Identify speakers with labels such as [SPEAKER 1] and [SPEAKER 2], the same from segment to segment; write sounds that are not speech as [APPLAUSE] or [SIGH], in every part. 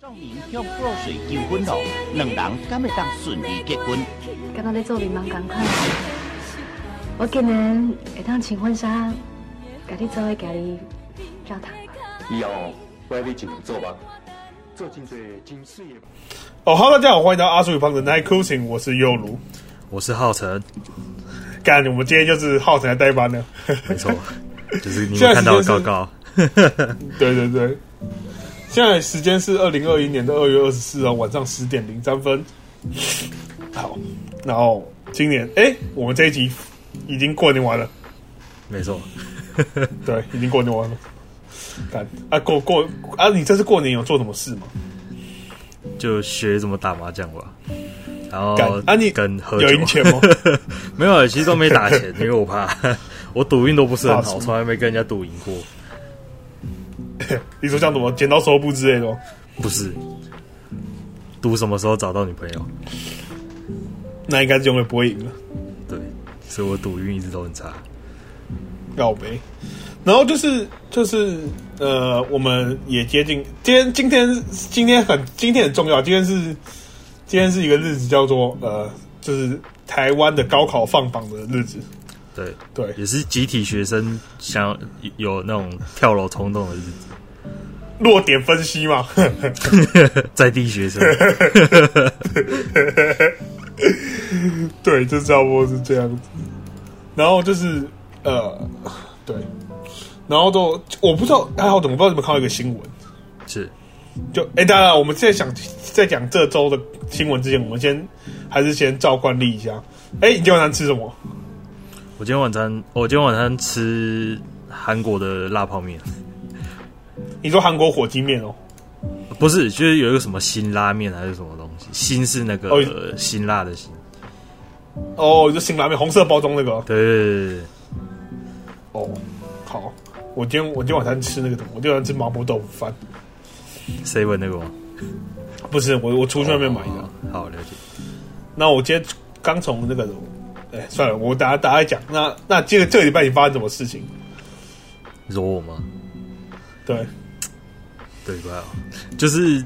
[SPEAKER 1] 宋明向布水求婚咯，两人敢会当顺利结婚？
[SPEAKER 2] 敢若咧做面盲共款。我今年会当穿婚纱，甲你做伙行去教堂。
[SPEAKER 3] 以后我要你一路做梦，做真侪真水的梦。
[SPEAKER 4] 哦哈喽，大家好，欢迎到阿叔与胖子 Night Cruising，我是右如。
[SPEAKER 5] 我是浩
[SPEAKER 4] [LAUGHS]
[SPEAKER 5] 辰，
[SPEAKER 4] 干，我们今天就是浩辰来代班了。
[SPEAKER 5] 没错，就是你们看到的告告。
[SPEAKER 4] 对对对，现在时间是二零二一年的二月二十四号晚上十点零三分。好，然后今年哎、我们这一集已经过年完了，
[SPEAKER 5] 没错，
[SPEAKER 4] 对，已经过年完了。干啊过过啊，你这次过年有做什么事吗？
[SPEAKER 5] 就学怎么打麻将吧。然后
[SPEAKER 4] 干啊你
[SPEAKER 5] 哦跟喝酒
[SPEAKER 4] 有赢钱吗？
[SPEAKER 5] [LAUGHS] 没有，其实都没打钱， [LAUGHS] 因为我怕我赌运都不是很
[SPEAKER 4] 怕
[SPEAKER 5] 好，
[SPEAKER 4] 输
[SPEAKER 5] 从来没跟人家赌赢过。
[SPEAKER 4] 你说像什么剪刀手布之类的吗？
[SPEAKER 5] 不是，赌什么时候找到女朋友？
[SPEAKER 4] 那应该是永远不会赢了。
[SPEAKER 5] 对，所以我赌运一直都很差。
[SPEAKER 4] 告白。然后就是就是呃，我们也接近今天今天今天很今天很重要，今天是今天是一个日子叫做呃，就是台湾的高考放榜的日子。
[SPEAKER 5] 对，
[SPEAKER 4] 对
[SPEAKER 5] 也是集体学生想有有那种跳楼冲动的日子，
[SPEAKER 4] 落点分析嘛， [LAUGHS]
[SPEAKER 5] 在地学生。
[SPEAKER 4] 对，就差不多是这样子。然后就是呃，对，然后都我不知道，还好等我不知道你们看到一个新闻，
[SPEAKER 5] 是，
[SPEAKER 4] 就哎、当然，我们现在想在讲这周的新闻之前，我们先还是先照惯例一下。哎、你今晚上吃什么？
[SPEAKER 5] 我今天晚餐，我今天晚餐吃韩国的辣泡面。
[SPEAKER 4] 你说韩国火鸡面哦，
[SPEAKER 5] 不是，就是有一个什么辛拉面还是什么东西，辛是那个、
[SPEAKER 4] 哦
[SPEAKER 5] 呃辛辣的辛，
[SPEAKER 4] 哦，就辛拉面，红色包装那个
[SPEAKER 5] 对对对对
[SPEAKER 4] 哦。好，我今天我今天晚上吃那个什么，我今天晚上吃麻婆豆腐饭，
[SPEAKER 5] 对，seven 那个吗？
[SPEAKER 4] 不是我我出去外面买的
[SPEAKER 5] 哦。，好了解。
[SPEAKER 4] 那我今天刚从那个什么，哎，算了，我等下等下再讲。那那这个这个礼拜你发生什么事情？
[SPEAKER 5] 你说我吗？
[SPEAKER 4] 对， [LAUGHS]
[SPEAKER 5] 对吧？就是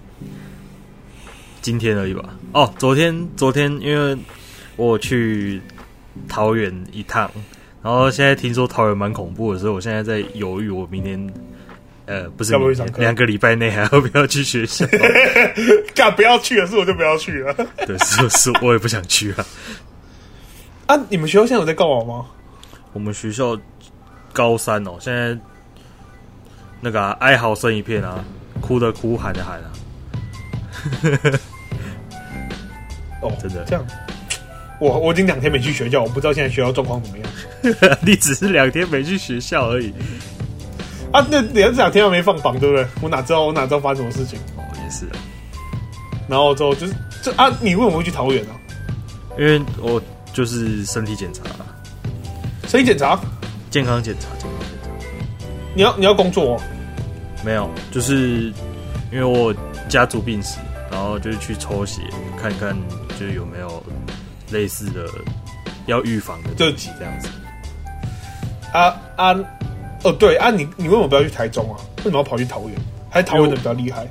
[SPEAKER 5] 今天而已吧。哦，昨天昨天因为我有去桃园一趟，然后现在听说桃园蛮恐怖的，所以我现在在犹豫，我明天呃不是
[SPEAKER 4] 要不要
[SPEAKER 5] 明
[SPEAKER 4] 去上
[SPEAKER 5] 天
[SPEAKER 4] 课
[SPEAKER 5] 两个礼拜内还要不要去学校？
[SPEAKER 4] 干不要去了，是我就不要去了。 [LAUGHS]
[SPEAKER 5] 对，是是，我也不想去啊。
[SPEAKER 4] 啊，你们学校现在有在干嘛吗？
[SPEAKER 5] 我们学校高三哦，现在那个啊、哀嚎声一片啊，哭的哭，喊的喊啊， [LAUGHS]
[SPEAKER 4] 哦，
[SPEAKER 5] 真的
[SPEAKER 4] 这样。我我已经两天没去学校，我不知道现在学校状况怎么样
[SPEAKER 5] 你只是两天没去学校而已。
[SPEAKER 4] 啊！那连这两天还没放榜，对不对？我哪知道我哪知道发生什么事情？
[SPEAKER 5] 哦，也是啊，
[SPEAKER 4] 然后之后就是这啊，你为什么会去桃园啊？
[SPEAKER 5] 因为我就是身体检查、
[SPEAKER 4] 身体检查，
[SPEAKER 5] 健康检查、健康检查，
[SPEAKER 4] 你要你要工作、哦，
[SPEAKER 5] 没有，就是因为我家族病史，然后就是去抽血看看，就是有没有类似的要预防的
[SPEAKER 4] 就
[SPEAKER 5] 东西这样子。
[SPEAKER 4] 啊啊，哦对啊，你你为什么不要去台中啊？为什么要跑去桃园？还是桃园的比较厉害？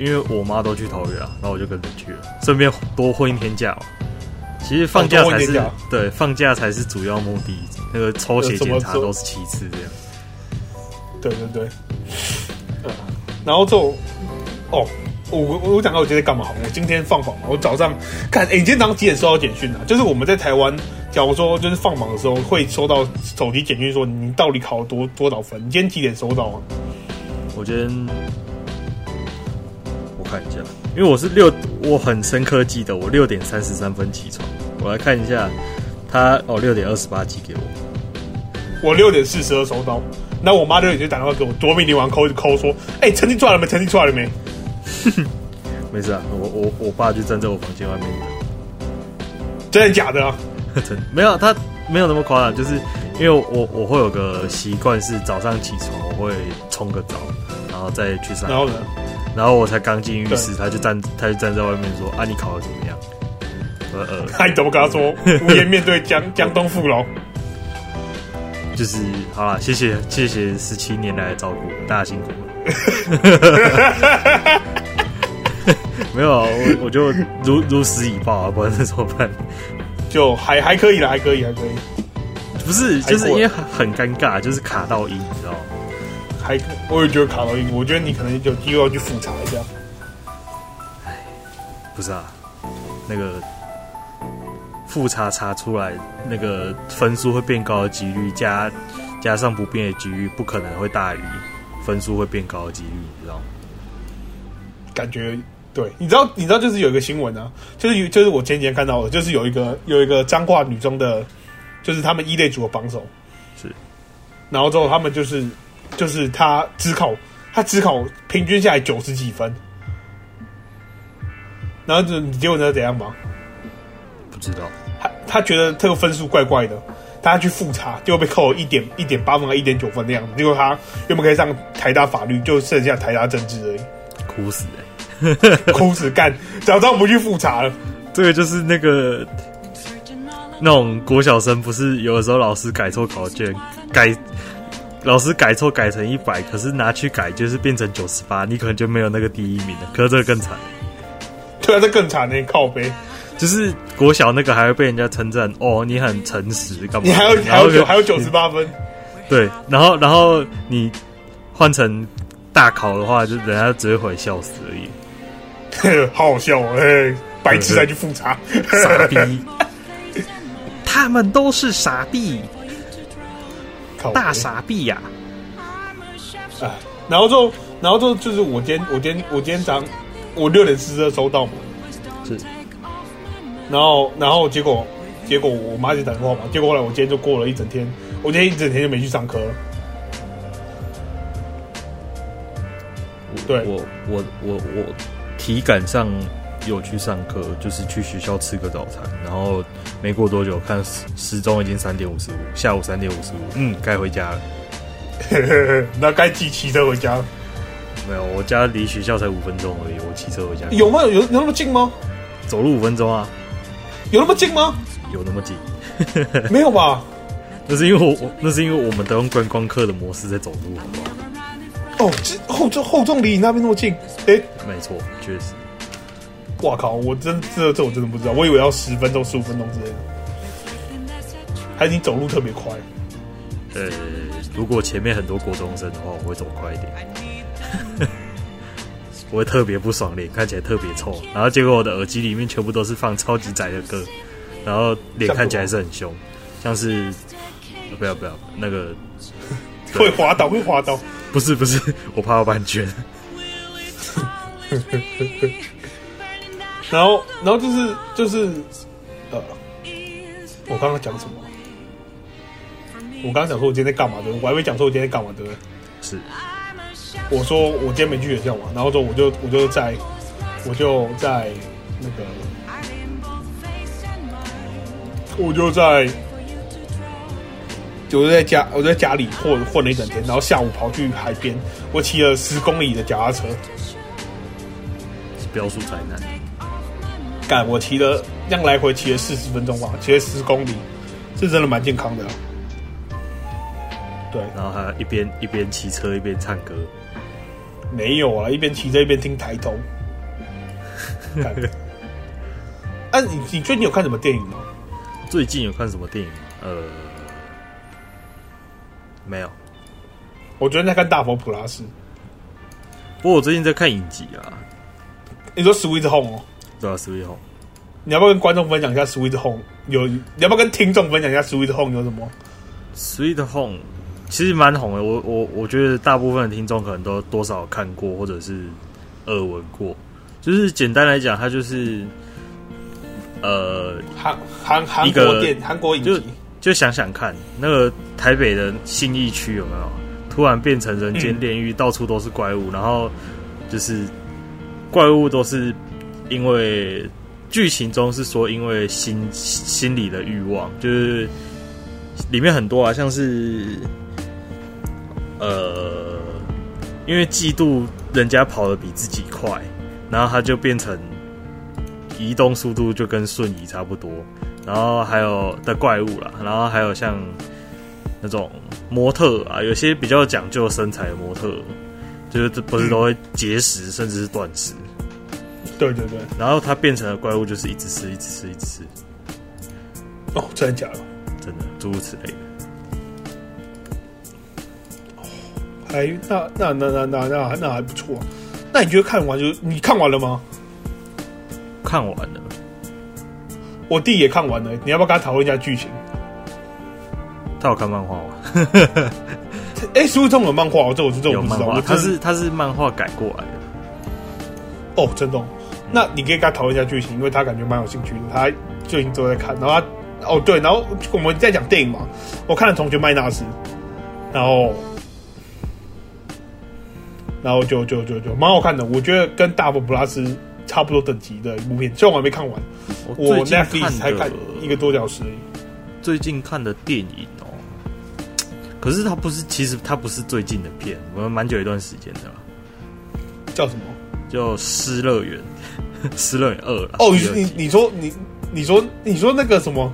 [SPEAKER 5] 因为我妈都去桃园啊，然后我就跟着去了，顺便多混一天假嘛。其实放假才
[SPEAKER 4] 哦多混一天
[SPEAKER 5] 是、
[SPEAKER 4] 假
[SPEAKER 5] 对，放假才是主要目的，那个抽血检查都是其次这样。
[SPEAKER 4] 对对对，嗯，然后之后哦，我我我讲到我今天在干嘛？我今天放榜嘛，我早上看，哎，你今天早上几点收到简讯啊？就是我们在台湾，假如说就是放榜的时候会收到手机简讯说你到底考了多多少分？你今天几点收到啊？
[SPEAKER 5] 我今天我看一下，因为我是六，我很深刻记得我六点三十三分起床，我来看一下他哦六点二十八寄给我，
[SPEAKER 4] 我六点四十二收到，那我妈六点就打电话给我，夺命连环扣一直扣说，哎、成绩出来了没？成绩出来了没？
[SPEAKER 5] 没事啊，我我我爸就站在我房间外面等。
[SPEAKER 4] 真的假的啊？
[SPEAKER 5] 真的没有，他没有那么夸张，就是因为我我会有个习惯是早上起床我会冲个澡，然后再去上
[SPEAKER 4] 然
[SPEAKER 5] 班，
[SPEAKER 4] 后呢？
[SPEAKER 5] 然后我才刚进浴室，他就站他就站在外面说啊你考的怎么样？呃
[SPEAKER 4] 那你怎么跟他说？无颜面对江江东父老。
[SPEAKER 5] 呃，就是好啦，谢谢谢谢十七年来的照顾，大家辛苦了。 [LAUGHS] 没有啊，我我就如如实以报啊，不然那怎么办？
[SPEAKER 4] 就还还可以了，还可以，还可以，
[SPEAKER 5] 不是，就是
[SPEAKER 4] 还过了
[SPEAKER 5] 因为很很尴尬，就是卡到一，你知道吗？
[SPEAKER 4] 还可我也觉得卡到一，我觉得你可能有机会要去复查一下。
[SPEAKER 5] 不是啊，那个复查查出来那个分数会变高的几率加加上不变的几率，不可能会大于分数会变高的几率，你知道吗？
[SPEAKER 4] 感觉对，你知道，你知道，就是有一个新闻啊，就是有，就是我前几天看到的，就是有一个有一个彰化女中的，就是他们一类组的榜首
[SPEAKER 5] 是，
[SPEAKER 4] 然后之后他们就是就是他只考他只考平均下来九十几分，然后就你结果你知道怎样吗？
[SPEAKER 5] 不知道，
[SPEAKER 4] 他他觉得这个分数怪怪的，他去复查，结果被扣了一点一点八分和一点九分的样子，结果他原本可以上台大法律，就剩下台大政治而已。
[SPEAKER 5] [LAUGHS] 哭死哎、
[SPEAKER 4] 哭死干！早知道我们去复查了。
[SPEAKER 5] 这个就是那个那种国小生，不是有的时候老师改错考卷，改老师改错改成一百，可是拿去改就是变成九十八，你可能就没有那个第一名了。可是这个更惨，
[SPEAKER 4] 对啊，这更惨呢、靠背。
[SPEAKER 5] 就是国小那个还会被人家称赞哦，你很诚实，干嘛？
[SPEAKER 4] 你还有还
[SPEAKER 5] [LAUGHS] 然后
[SPEAKER 4] 有
[SPEAKER 5] 就
[SPEAKER 4] 九还有九十八
[SPEAKER 5] [LAUGHS]
[SPEAKER 4] 分，
[SPEAKER 5] 对，然后然后你换成大考的话，就人家只会回笑死而已，
[SPEAKER 4] 好好笑哦、嘿白痴才去复
[SPEAKER 5] [LAUGHS]
[SPEAKER 4] 查，[LAUGHS]
[SPEAKER 5] 傻逼。他们都是傻逼，
[SPEAKER 4] 靠背
[SPEAKER 5] 大。傻逼啊呀、
[SPEAKER 4] 哎然后就然后就就是我今天我今天我今天早上我六点四十二收到嘛，
[SPEAKER 5] 是，
[SPEAKER 4] 然后然后结果结果我妈就打电话嘛，结果后来我今天就过了一整天，我今天一整天就没去上课了。对
[SPEAKER 5] 我我我我体感上有去上课，就是去学校吃个早餐，然后没过多久看时时钟已经三点五十五，下午三点五十五，嗯，该回家了。
[SPEAKER 4] [LAUGHS] 那该骑骑车回家了。
[SPEAKER 5] 没有，我家离学校才五分钟而已，我骑车回家，
[SPEAKER 4] 有吗？有有那么近吗？
[SPEAKER 5] 走路五分钟啊，
[SPEAKER 4] 有那么近 [LAUGHS] 吗？
[SPEAKER 5] 有那么近？
[SPEAKER 4] 没有吧？
[SPEAKER 5] 那是因为我我那是因为我们都用观光客的模式在走路，好不好？
[SPEAKER 4] 哦，这后重后重离你那边那么近，哎、
[SPEAKER 5] 没错，确实。
[SPEAKER 4] 哇靠！我真这这我真的不知道，我以为要十分钟、十五分钟之类的，还是你走路特别快？
[SPEAKER 5] 呃，如果前面很多国中生的话，我会走快一点，我会特别不爽脸，看起来特别臭，然后结果我的耳机里面全部都是放超级宅的歌，然后脸看起来是很凶，像是呃不要不要那个对
[SPEAKER 4] 会滑倒，会滑倒。
[SPEAKER 5] 不是不是，我怕我版权，
[SPEAKER 4] 然后，然后就是就是呃，我刚刚讲什么？我刚刚讲说我今天在干嘛对不对？我还没讲说我今天在干嘛对不对？
[SPEAKER 5] 是
[SPEAKER 4] 我说我今天没去学校嘛，然后之后我就我就在我就在那个，我就在我就在家我在家里混混了一整天，然后下午跑去海边，我骑了十公里的脚踏车，
[SPEAKER 5] 是标叔宅男，
[SPEAKER 4] 干我骑了这样来回骑了四十分钟吧，骑了十公里，是真的蛮健康的、啊。对，
[SPEAKER 5] 然后他一边一边骑车一边唱歌，
[SPEAKER 4] 没有啊，一边骑车一边听抬
[SPEAKER 5] [LAUGHS]
[SPEAKER 4] 头。干啊，你你最近有看什么电影吗？
[SPEAKER 5] 最近有看什么电影吗？呃，没有。
[SPEAKER 4] 我昨天在看《大佛普拉斯》，
[SPEAKER 5] 不过我最近在看影集啊，
[SPEAKER 4] 你说《Sweet Home》哦，
[SPEAKER 5] 对啊，十月后
[SPEAKER 4] 你要不要跟观众分享一下《Sweet Home》有？你要不要跟听众分享一下《Sweet Home》有什么？
[SPEAKER 5] ，Sweet Home 其实蛮红的。我我我觉得大部分的听众可能都多少看过，或者是耳闻过。就是简单来讲，它就是呃，
[SPEAKER 4] 韩韩韩
[SPEAKER 5] 一个
[SPEAKER 4] 国电韩国影
[SPEAKER 5] 就
[SPEAKER 4] 集，
[SPEAKER 5] 就想想看，那个台北的信义区有没有突然变成人间炼狱，到处都是怪物，然后就是怪物都啊是呃因为剧情中是说因为心心理的欲望，就是里面很多啊，像是呃，因为嫉妒人家跑得比自己快，然后他就变成移动速度就跟瞬移差不多，然后还有的怪物啦，然后还有像那种模特啊，有些比较讲究身材的模特，就是这不是都会节食甚至是断食，
[SPEAKER 4] 对对对，
[SPEAKER 5] 然后它变成的怪物就是一直吃，一直吃，一直吃，
[SPEAKER 4] 哦，真的假的？
[SPEAKER 5] 真的诸如此类的。
[SPEAKER 4] 还哎那那那那那那那还不错、那你觉得看完就你看完了吗？
[SPEAKER 5] 看完了，
[SPEAKER 4] 我弟也看完了，你要不要跟他讨论一下剧情？
[SPEAKER 5] 他有看漫画吗？
[SPEAKER 4] 哎、是不是这种有漫画？我这我是这
[SPEAKER 5] 有
[SPEAKER 4] 我不
[SPEAKER 5] 漫
[SPEAKER 4] 知道，
[SPEAKER 5] 画，
[SPEAKER 4] 我
[SPEAKER 5] 他
[SPEAKER 4] 真
[SPEAKER 5] 是他是漫画改过来的。
[SPEAKER 4] 哦，真的哦、
[SPEAKER 5] 嗯
[SPEAKER 4] 那你可以跟他讨论一下剧情，因为他感觉蛮有兴趣的，他最近都在看。然后他哦对，然后我们在讲电影嘛，我看了《同学麦纳斯》，然后然后就就就就蛮好看的，我觉得跟《大佛普拉斯》差不多等级的一部片，虽然我还没看完，我
[SPEAKER 5] 最近
[SPEAKER 4] Netflix 才看
[SPEAKER 5] 的
[SPEAKER 4] 一个多小时而已。
[SPEAKER 5] 最近看的电影哦，可是它不是，其实它不是最近的片，我们蛮久一段时间的了，
[SPEAKER 4] 叫什么？
[SPEAKER 5] 叫《失乐园》《失乐园二》啦。
[SPEAKER 4] 哦，
[SPEAKER 5] 第二
[SPEAKER 4] 你
[SPEAKER 5] 季
[SPEAKER 4] 你你说你你说你说那个什么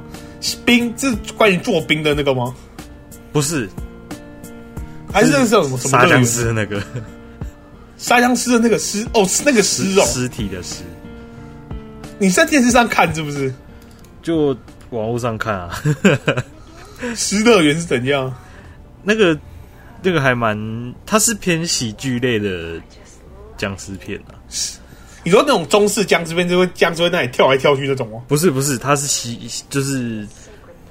[SPEAKER 4] 冰，是关于做冰的那个吗？
[SPEAKER 5] 不是
[SPEAKER 4] 还是那个叫什么什么
[SPEAKER 5] 杀
[SPEAKER 4] 乐园
[SPEAKER 5] 僵尸的
[SPEAKER 4] [LAUGHS]
[SPEAKER 5] 那个
[SPEAKER 4] 杀僵尸的那个尸哦，是那个尸哦，
[SPEAKER 5] 尸体的尸，
[SPEAKER 4] 你是在电视上看是不是？
[SPEAKER 5] 就网络上看啊，
[SPEAKER 4] 失乐园是怎样？
[SPEAKER 5] 那个那个还蛮，它是偏喜剧类的僵尸片啊，
[SPEAKER 4] 你说那种中式僵尸片，就会僵尸会在那里跳来跳去那种哦。
[SPEAKER 5] 不是不是，它是行就是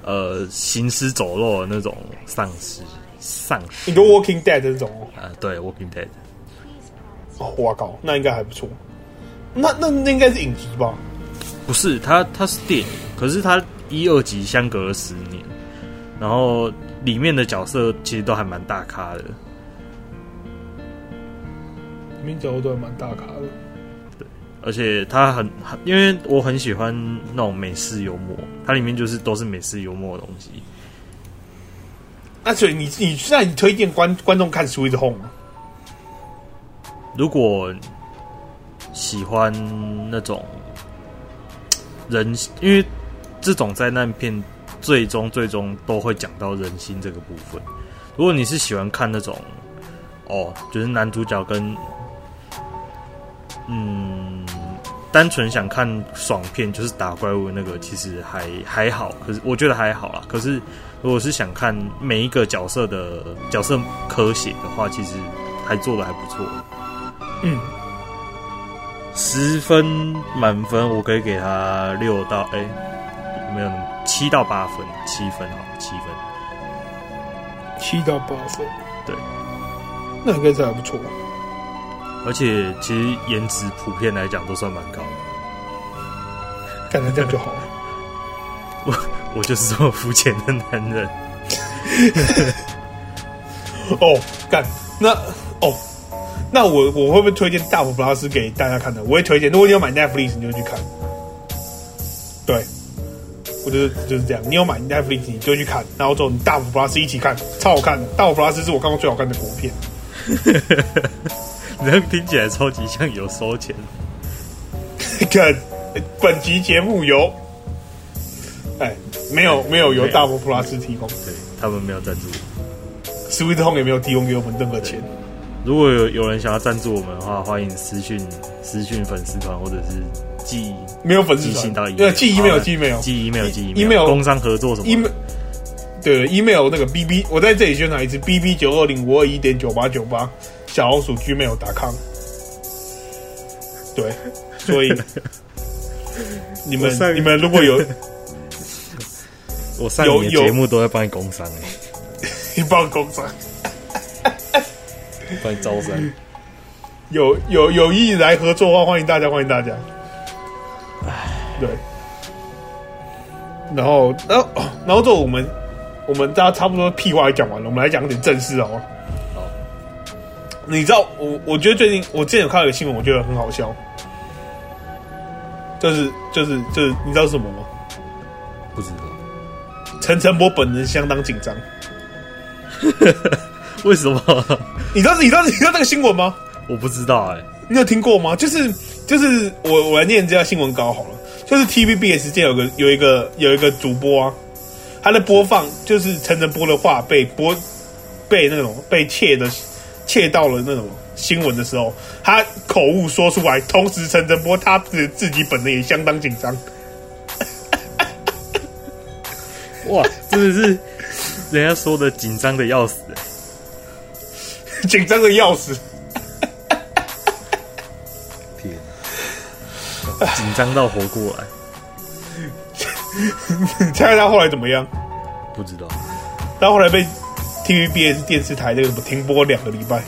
[SPEAKER 5] 呃行尸走肉的那种丧尸丧尸
[SPEAKER 4] 你说 Walking Dead 那种哦，
[SPEAKER 5] 啊，对 Walking Dead。
[SPEAKER 4] 哦，哇靠，那应该还不错。那那那应该是影集吧？
[SPEAKER 5] 不是，它它是电影，可是它一二集相隔了十年，然后里面的角色其实都还蛮大咖的，
[SPEAKER 4] 名字都还蛮大咖的。
[SPEAKER 5] 而且它很很，因为我很喜欢那种美式幽默，它里面就是都是美式幽默的东西。
[SPEAKER 4] 那啊所以你你那你推荐观观众看《Sweet Home》吗？
[SPEAKER 5] 如果喜欢那种呃人，因为这种灾难片最终最终都会讲到人心这个部分。如果你是喜欢看那种哦，就是男主角跟嗯，单纯想看爽片，就是打怪物的那个，其实还还好，可是我觉得还好啦。可是如果是想看每一个角色的角色科写的话，其实还做的还不错。
[SPEAKER 4] 嗯，
[SPEAKER 5] 十分满分，我可以给他六到哎、没有七到八分，七分好，七分。
[SPEAKER 4] 七到八分，
[SPEAKER 5] 对，
[SPEAKER 4] 那应该是还不错。
[SPEAKER 5] 而且其实颜值普遍来讲都算蛮高的，
[SPEAKER 4] 干成这样就好了。
[SPEAKER 5] 我就是这么肤浅的男人。 [LAUGHS]
[SPEAKER 4] 哦，干那哦，那我我会不会推荐《大佛普拉斯》给大家看的？我会推荐，如果你要买 Netflix，你就去看。对，我就是就是这样。你有买 Netflix，你就去看，然后之后你《大佛普拉斯》一起看，超好看的。《大佛普拉斯》是我看过最好看的国片。 [LAUGHS]
[SPEAKER 5] 你那听起来超级像有收钱。
[SPEAKER 4] 看本集节目由，哎，没有没有由
[SPEAKER 5] 没有
[SPEAKER 4] 大佛普拉斯提供
[SPEAKER 5] 对他们没有赞助。
[SPEAKER 4] ，Sweet Home 也没有提供给我们任何钱。
[SPEAKER 5] 如果有有人想要赞助我们的话，欢迎私讯私讯粉丝团或者是寄
[SPEAKER 4] 没有粉丝
[SPEAKER 5] 寄信到
[SPEAKER 4] 团，
[SPEAKER 5] email，
[SPEAKER 4] 对，寄 email，
[SPEAKER 5] 好
[SPEAKER 4] 寄 email，
[SPEAKER 5] 寄 email 寄
[SPEAKER 4] email
[SPEAKER 5] 工商合作什么
[SPEAKER 4] email 对 email 那个 BB，我在这里宣传一次 BB 九二零五二一点九八九八小老鼠 gmail.com。对，所
[SPEAKER 5] [LAUGHS]
[SPEAKER 4] 以你们
[SPEAKER 5] 我上
[SPEAKER 4] 你们如果
[SPEAKER 5] [LAUGHS]
[SPEAKER 4] 有
[SPEAKER 5] 我上
[SPEAKER 4] 有
[SPEAKER 5] 你的
[SPEAKER 4] 有
[SPEAKER 5] 节目都在帮你工商哎、
[SPEAKER 4] 一帮工
[SPEAKER 5] [LAUGHS]
[SPEAKER 4] 厂
[SPEAKER 5] 帮你招生。
[SPEAKER 4] 有有有意来合作的话，欢迎大家，欢迎大家。对，然后然后然后之后我们我们大家差不多屁话也讲完了，我们来讲点正事好吗？
[SPEAKER 5] 好，
[SPEAKER 4] 你知道我，我觉得最近我之前有看到一个新闻，我觉得很好笑，就是就是就是，你知道是什么吗？[LAUGHS]
[SPEAKER 5] 不知道
[SPEAKER 4] 陈晨波本人相当紧张，
[SPEAKER 5] 为什么，
[SPEAKER 4] 你知道你知道你知道那个新闻吗？
[SPEAKER 5] 我不知道哎、
[SPEAKER 4] 你有听过吗？就是就是我我来念这条新闻稿好了，就是 TVBS 之前有个有一个有一个主播啊，他的播放就是陈晨播的话被播被那种被窃的窃到了那种新闻的时候，他口误说出来，同时陈振波他自自己本人也相当紧张。
[SPEAKER 5] 哇，真的是人家说的紧张的要死、欸
[SPEAKER 4] 紧张的要死。
[SPEAKER 5] 天，紧张到活过来，
[SPEAKER 4] 你猜猜他后来怎么样？
[SPEAKER 5] 不知道。
[SPEAKER 4] 他后来被 TVBS 电视台那个什么停播两个礼拜，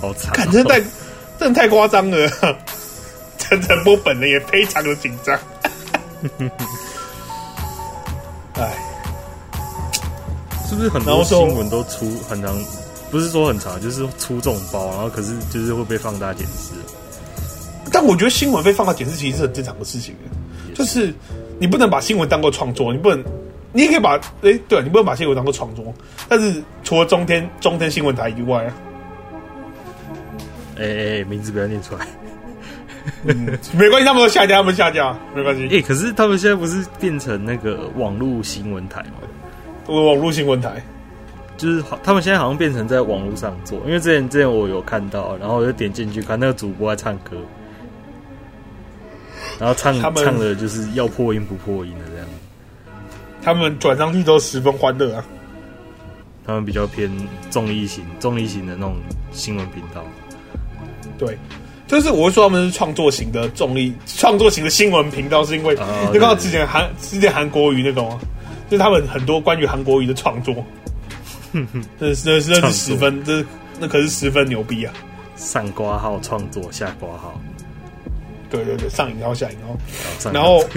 [SPEAKER 5] 好惨、
[SPEAKER 4] 感
[SPEAKER 5] 哦！
[SPEAKER 4] 真的太， [LAUGHS] 真的太夸张了。陈晨波本人也非常的紧张。 [LAUGHS] 哎，
[SPEAKER 5] 是不是很
[SPEAKER 4] 然
[SPEAKER 5] 多
[SPEAKER 4] 后就
[SPEAKER 5] 新闻都出很长，不是说很长，就是出这种包，然后可是就是会被放大检视。
[SPEAKER 4] 但我觉得新闻被放到检视其实是很正常的事情，就是你不能把新闻当做创作，你不能，你也可以把哎、对，你不能把新闻当做创作，但是除了中天中天新闻台以外、啊，
[SPEAKER 5] 哎、哎、哎名字不要念出 [LAUGHS] 来。
[SPEAKER 4] 没关系，他们都下架，他们下架没关系。
[SPEAKER 5] 哎、可是他们现在不是变成那个网络新闻台吗？
[SPEAKER 4] 网络新闻台，
[SPEAKER 5] 就是好他们现在好像变成在网络上做，因为之前之前我有看到，然后我就点进去看那个主播在唱歌，然后唱
[SPEAKER 4] 他们
[SPEAKER 5] 唱的就是要破音不破音的这样，
[SPEAKER 4] 他们转上去都十分欢乐啊。
[SPEAKER 5] 他们比较偏综艺型综艺型的那种新闻频道。
[SPEAKER 4] 对，就是我会说他们是创作型的综艺，创作型的新闻频道，是因为
[SPEAKER 5] 啊
[SPEAKER 4] 你
[SPEAKER 5] 对
[SPEAKER 4] 看到
[SPEAKER 5] 对
[SPEAKER 4] 之前韩之前韩国瑜那个吗？就是他们很多关于韩国瑜的创
[SPEAKER 5] [LAUGHS]
[SPEAKER 4] 作，那是那是那
[SPEAKER 5] 创作
[SPEAKER 4] 是十分，这那可是十分牛逼啊！
[SPEAKER 5] 上挂号创作，下挂号，
[SPEAKER 4] 对对对，上引号下引号，
[SPEAKER 5] 上
[SPEAKER 4] 然后
[SPEAKER 5] [LAUGHS]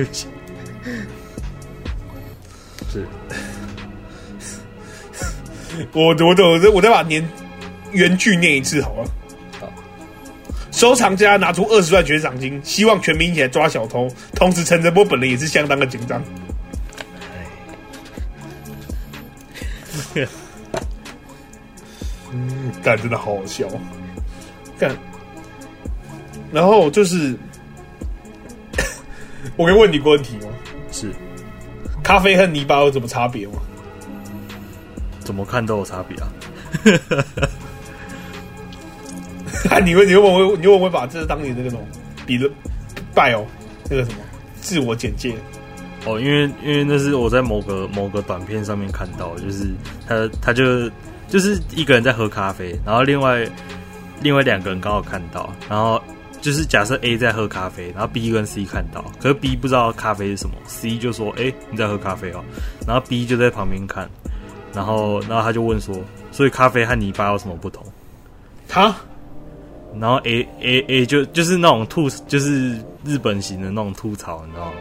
[SPEAKER 5] 是
[SPEAKER 4] 我我我我我再把年原句念一次好了。
[SPEAKER 5] 好
[SPEAKER 4] 收藏家拿出二十万悬赏金，希望全民一起来抓小偷。同时，陈哲波本人也是相当的紧张。
[SPEAKER 5] 哎
[SPEAKER 4] 嗯，干真的好好笑，干。然后就是， [COUGHS] 我可以问你一个问题吗？
[SPEAKER 5] 是，
[SPEAKER 4] 咖啡和泥巴有什么差别吗？ [LAUGHS]
[SPEAKER 5] 怎么看都有差别啊。
[SPEAKER 4] 啊，你会你会不会你会不会把这当你的那种比论拜哦那个什么自我简介？
[SPEAKER 5] 哦，因为因为那是我在某个某个短片上面看到，就是他他就就是一个人在喝咖啡，然后另外另外两个人刚好看到，然后就是假设 A 在喝咖啡，然后 B 跟 C 看到，可是 B 不知道咖啡是什么，C 就说：“哎、你在喝咖啡哦。”然后 B 就在旁边看，然后然后他就问说：“所以咖啡和泥巴有什么不同？”
[SPEAKER 4] 哈，
[SPEAKER 5] 然后 A A A 就就是那种吐，就是日本型的那种吐槽，你知道吗？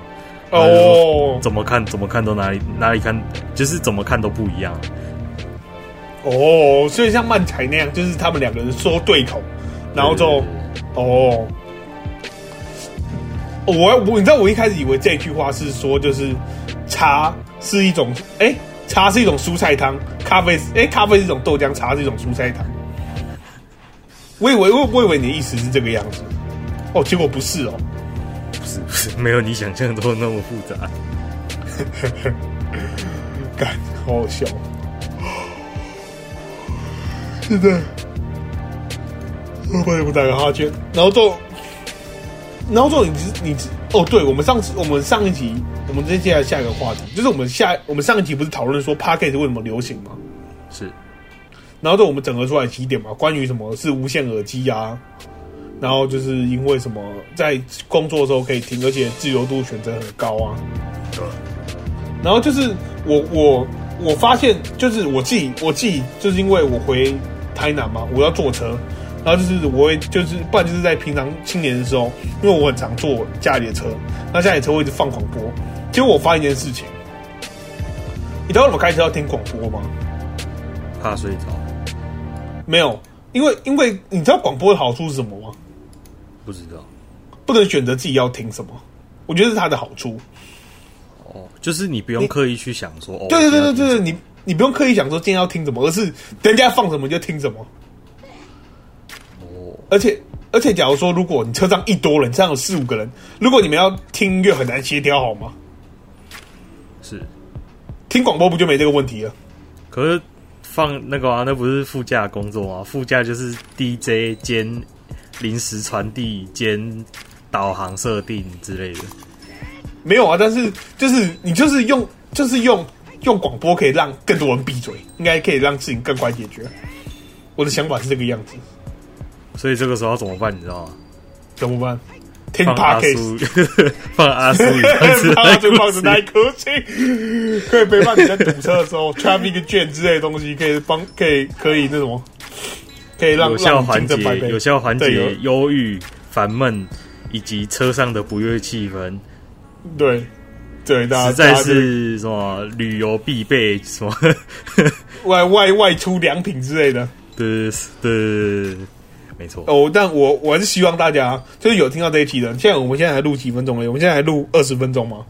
[SPEAKER 4] 哦
[SPEAKER 5] 怎么看怎么看都哪里哪里看，就是怎么看都不一样。 [LAUGHS]
[SPEAKER 4] 哦，所以像漫才那样，就是他们两个人说对口，然后就哦，我我你知道我一开始以为这句话是说就是茶是一种哎、茶是一种蔬菜汤，咖啡是哎、咖啡是一种豆浆，茶是一种蔬菜汤。我以为我我以为你的意思是这个样子，哦，结果不是哦。
[SPEAKER 5] 不是不是，没有你想象中那么复杂。
[SPEAKER 4] 干，好好笑，真的，我不得不打个哈欠，然后就，然后就你知你知哦，对，我们上次我们上一集，我们接下来下一个话题，就是我们下我们上一集不是讨论说 p a c k e t 为什么流行吗？
[SPEAKER 5] 是
[SPEAKER 4] 然后就我们整合出来几点嘛，关于什么是无线耳机啊，然后就是因为什么在工作的时候可以听，而且自由度选择很高啊。然后就是我我我发现，就是我自己我自己就是因为我回台南嘛，我要坐车，然后就是我会就是不然就是在平常青年的时候，因为我很常坐家里的车，那家里车会一直放广播，结果我发现一件事情，你知道我们开车要听广播吗？
[SPEAKER 5] 怕睡着，
[SPEAKER 4] 没有，因为因为你知道广播的好处是什么吗？
[SPEAKER 5] 不知道
[SPEAKER 4] 不能选择自己要听什么，我觉得是它的好处。
[SPEAKER 5] 哦，就是你不用刻意去想说哦，
[SPEAKER 4] 对对
[SPEAKER 5] 我
[SPEAKER 4] 对
[SPEAKER 5] 今天
[SPEAKER 4] 对
[SPEAKER 5] 要
[SPEAKER 4] 对，
[SPEAKER 5] 听
[SPEAKER 4] 你你不用刻意想说今天要听什么，而是人家放什么你就听什么。而且而且，假如说如果你车上一多人，车上有四五个人，如果你们要听音乐很难协调，好吗？
[SPEAKER 5] 是，
[SPEAKER 4] 听广播不就没这个问题了？
[SPEAKER 5] 可是放那个啊，那不是副驾工作吗？副驾就是 DJ 兼临时传递兼导航设定之类的。
[SPEAKER 4] 没有啊，但是就是你就是用就是用用广播可以让更多人闭嘴，应该可以让事情更快解决。我的想法是这个样子，
[SPEAKER 5] 所以这个时候要怎么办？你知道吗？
[SPEAKER 4] 怎么办？听
[SPEAKER 5] 放阿
[SPEAKER 4] podcast。 [LAUGHS]
[SPEAKER 5] 苏， [LAUGHS] 放阿苏与胖子
[SPEAKER 4] 他就放着那
[SPEAKER 5] 来
[SPEAKER 4] 一口气，可以陪伴你在堵车的时
[SPEAKER 5] [LAUGHS]
[SPEAKER 4] 候，traffic 卷之类的东西，可以帮，可以可以那种，可以让
[SPEAKER 5] 有效
[SPEAKER 4] 让你
[SPEAKER 5] 缓
[SPEAKER 4] 精神百
[SPEAKER 5] 解
[SPEAKER 4] 倍
[SPEAKER 5] 有效缓
[SPEAKER 4] 对有
[SPEAKER 5] 解忧郁、烦闷以及车上的不悦气氛，
[SPEAKER 4] 对对，啊大家
[SPEAKER 5] 实在
[SPEAKER 4] 大家
[SPEAKER 5] 是什么旅游必备什么？
[SPEAKER 4] 外外外出良品之类的。
[SPEAKER 5] 对对对对，对没错。
[SPEAKER 4] 哦，但我我还是希望大家就是有听到这一期的，现在我们现在还录几分钟了？我们现在还录二十分钟吗？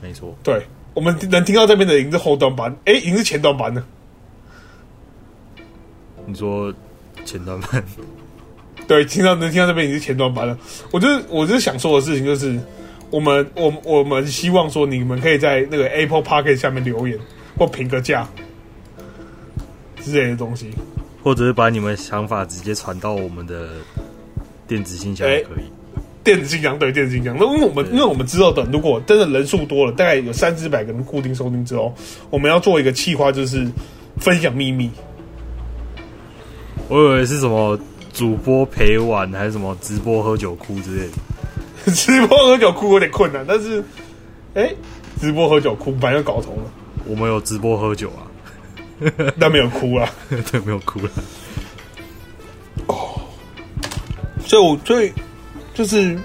[SPEAKER 5] 没错，
[SPEAKER 4] 对，我们能听到这边的已经是后端版，哎，已经是前端版了。
[SPEAKER 5] 你说前段班
[SPEAKER 4] 对，听到能听到这边已经是前端版了。我就是我就是想说的事情就是，我们我我们希望说你们可以在那个 Apple p o c k e t 下面留言或评个价之类的东西。
[SPEAKER 5] [LAUGHS] 或者是把你们想法直接传到我们的电子信箱
[SPEAKER 4] 哎
[SPEAKER 5] 也可以。
[SPEAKER 4] 电子信箱对电子信箱，那因为我们因为我们之后等如果真的人数多了，大概有三四百个人固定收听之后，我们要做一个企划，就是分享秘密。 [LAUGHS]
[SPEAKER 5] 我以为是什么主播陪玩，还是什么直播喝酒哭之类的。
[SPEAKER 4] 直播喝酒哭有点困难，但是哎、直播喝酒哭反正搞头了，
[SPEAKER 5] 我们有直播喝酒啊， [LAUGHS]
[SPEAKER 4] 但没有哭啊。
[SPEAKER 5] 对，没有哭了。
[SPEAKER 4] 所以我最就是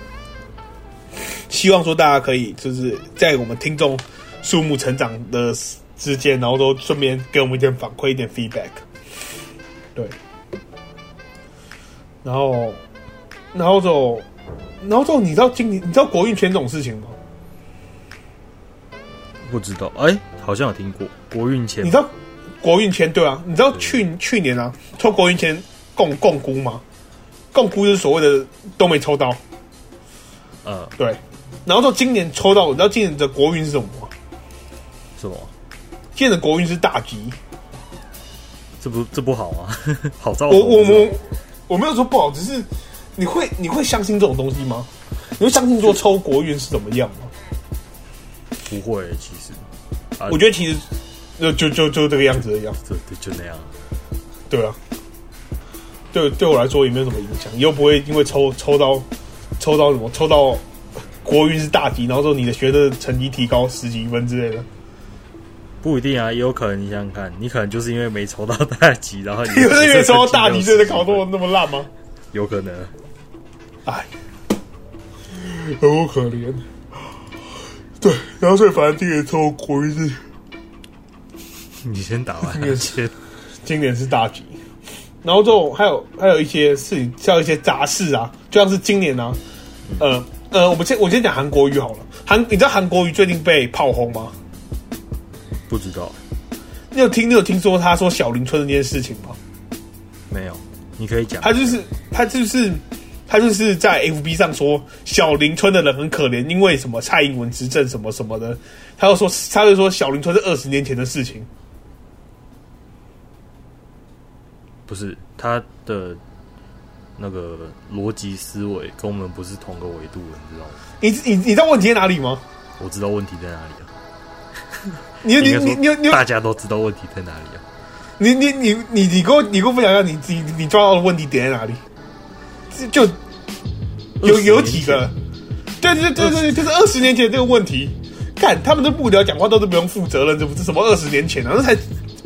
[SPEAKER 4] 希望说大家可以就是在我们听众数目成长的之间，然后都顺便给我们一点反馈，一点 feedback。对，然后，然后就，然后就你知道今年你知道国运圈这种事情吗？
[SPEAKER 5] 不知道，哎、好像有听过国运前
[SPEAKER 4] 你知道国运签对啊？你知道去去年啊抽国运签共共估吗？共估就是所谓的都没抽到，
[SPEAKER 5] 呃
[SPEAKER 4] 对。然后到今年抽到，你知道今年的国运是什么吗？
[SPEAKER 5] 什么？
[SPEAKER 4] 今年的国运是大吉。
[SPEAKER 5] 这不这不好啊， [LAUGHS] 好糟糕。
[SPEAKER 4] 我我我我没有说不好，只是你会你会相信这种东西吗？你会相信说抽国运是怎么样吗？
[SPEAKER 5] 不会，其实啊
[SPEAKER 4] 我觉得其实就就就就这个样子的样子，
[SPEAKER 5] 这这就那样。
[SPEAKER 4] 对啊。对对我来说也没有什么影响，又不会因为抽抽到抽到什么抽到国运是大吉，然后说你的学的成绩提高十几分之类 [LAUGHS] 的，
[SPEAKER 5] 不一定啊，也有可能你想想看，你可能就是因为没抽到大吉，然 [LAUGHS] 后你
[SPEAKER 4] 因为抽到大吉，所以 [LAUGHS] 才
[SPEAKER 5] [LAUGHS]
[SPEAKER 4] 考
[SPEAKER 5] 多
[SPEAKER 4] 到那么烂吗？
[SPEAKER 5] 有可能。
[SPEAKER 4] 哎，好可怜。对，然后所以反正今年抽国运是
[SPEAKER 5] [LAUGHS] 你先打完
[SPEAKER 4] 你也
[SPEAKER 5] 啊，先
[SPEAKER 4] 今年是大吉，然后之后还有还有一些事情，像一些杂事啊，就像是今年啊，呃呃，我们先我先讲韩国瑜好了。韩，你知道韩国瑜最近被炮轰吗？
[SPEAKER 5] 不知道
[SPEAKER 4] 你有听你有听说他说小林村那件事情吗？
[SPEAKER 5] 没有，你可以讲。
[SPEAKER 4] 他就是他就是他就是在 FB 上说小林村的人很可怜，因为什么蔡英文执政什么什么的，他又说他就说小林村是二十年前的事情，
[SPEAKER 5] 不是他的那个逻辑思维跟我们不是同个维度的，你知道吗？
[SPEAKER 4] 你你你知道问题在哪里吗？
[SPEAKER 5] 我知道问题在哪里啊了。
[SPEAKER 4] 你
[SPEAKER 5] 应
[SPEAKER 4] 你
[SPEAKER 5] 该
[SPEAKER 4] 你你你
[SPEAKER 5] 说大家都知道问题在哪里啊。
[SPEAKER 4] 你你你你你给我你给我分享一下你你你抓到的问题点在哪里？就就有有几个？对对对对对，就是二十年前这个问题，看他们都不聊，讲话都是不用负责任，这不是什么二十年前啊，那才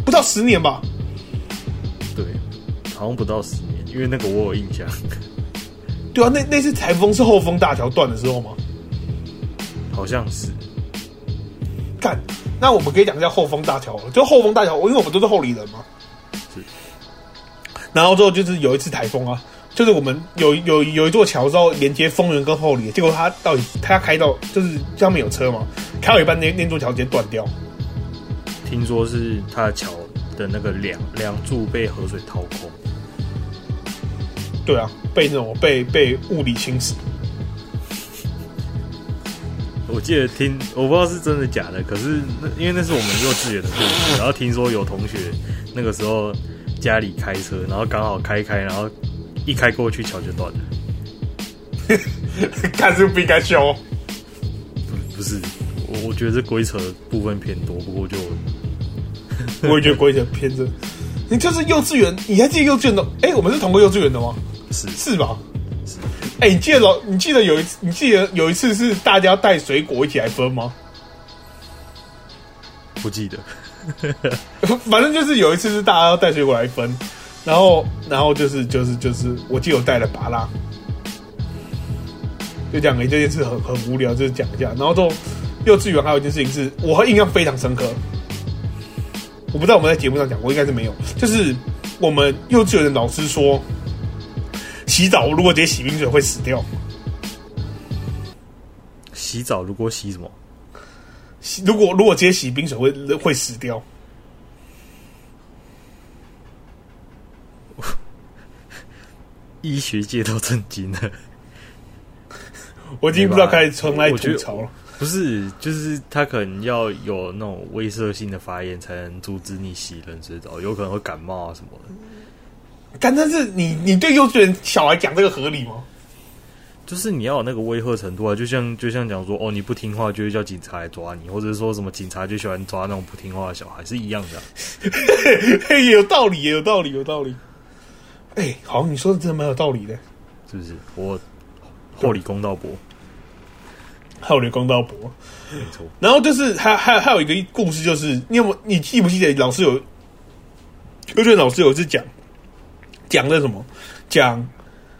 [SPEAKER 4] 不到十年吧？
[SPEAKER 5] 对，好像不到十年，因为那个我有印象，
[SPEAKER 4] 对啊，那那次台风是后丰大桥断的时候吗？
[SPEAKER 5] 好像是
[SPEAKER 4] 干，那我们可以讲一下后丰大桥了，就后丰大桥，因为我们都是后里人嘛。
[SPEAKER 5] 是。
[SPEAKER 4] 然后之后就是有一次台风啊，就是我们有有有一座桥之后连接丰原跟后里，结果它到底它开到就是上面有车嘛，开到一半那那座桥直接断掉，
[SPEAKER 5] 听说是他的桥的那个梁梁柱被河水掏空，
[SPEAKER 4] 对 [LAUGHS] 啊，被那种被被物理侵蚀。
[SPEAKER 5] 我记得听，我不知道是真的假的，可是那因为那是我们幼稚园的故事，然后听说有同学那个时候家里开车，然后刚好开一开，然后一开过去桥就断了，
[SPEAKER 4] 看是不应该修。
[SPEAKER 5] 不不是，我我觉得这鬼扯的部分偏多，不过就
[SPEAKER 4] 我也觉得鬼扯偏着。你就是幼稚园，你还记得幼稚园的？哎、我们是同个幼稚园的吗？
[SPEAKER 5] 是
[SPEAKER 4] 是吧？哎、你记得老，你记得有一次，你记得有一次是大家带水果一起来分吗？ [LAUGHS]
[SPEAKER 5] 不记得， [LAUGHS]
[SPEAKER 4] 反正就是有一次是大家要带水果来分，然后然后就是就是就是，我记得我带了拔蜡，就讲了这件事很很无聊，就是讲一下。然后之后幼稚园还有一件事情是我印象非常深刻，我不知道我们在节目上讲过，应该是没有。就是我们幼稚园的老师说，洗澡如果直接洗冰水会死掉，
[SPEAKER 5] 洗澡如果洗什么，
[SPEAKER 4] 洗如果如果直接洗冰水会会死掉。
[SPEAKER 5] 医学界都震惊了。
[SPEAKER 4] 我已经不知道该从哪里吐槽了。
[SPEAKER 5] 不是，就是他可能要有那种威慑性的发言，才能阻止你洗冷水澡，有可能会感冒啊什么的。
[SPEAKER 4] 但但是你你对幼稚园小孩讲这个合理吗？ [LAUGHS]
[SPEAKER 5] 就是你要有那个威吓程度啊，就像就像讲说，哦，你不听话就会叫警察来抓你，或者是说什么警察就喜欢抓那种不听话的小孩，是一样的啊、
[SPEAKER 4] 嘿，也有道理，也有道理，有道理。哎、好，你说的真的蛮有道理的。
[SPEAKER 5] 是不是？我厚礼公道博，
[SPEAKER 4] 还有刘公道博，
[SPEAKER 5] 没错，
[SPEAKER 4] 然后就是还还还有一个故事，就是你有没有你记不记得老师有幼稚园老师有一次讲讲那什么讲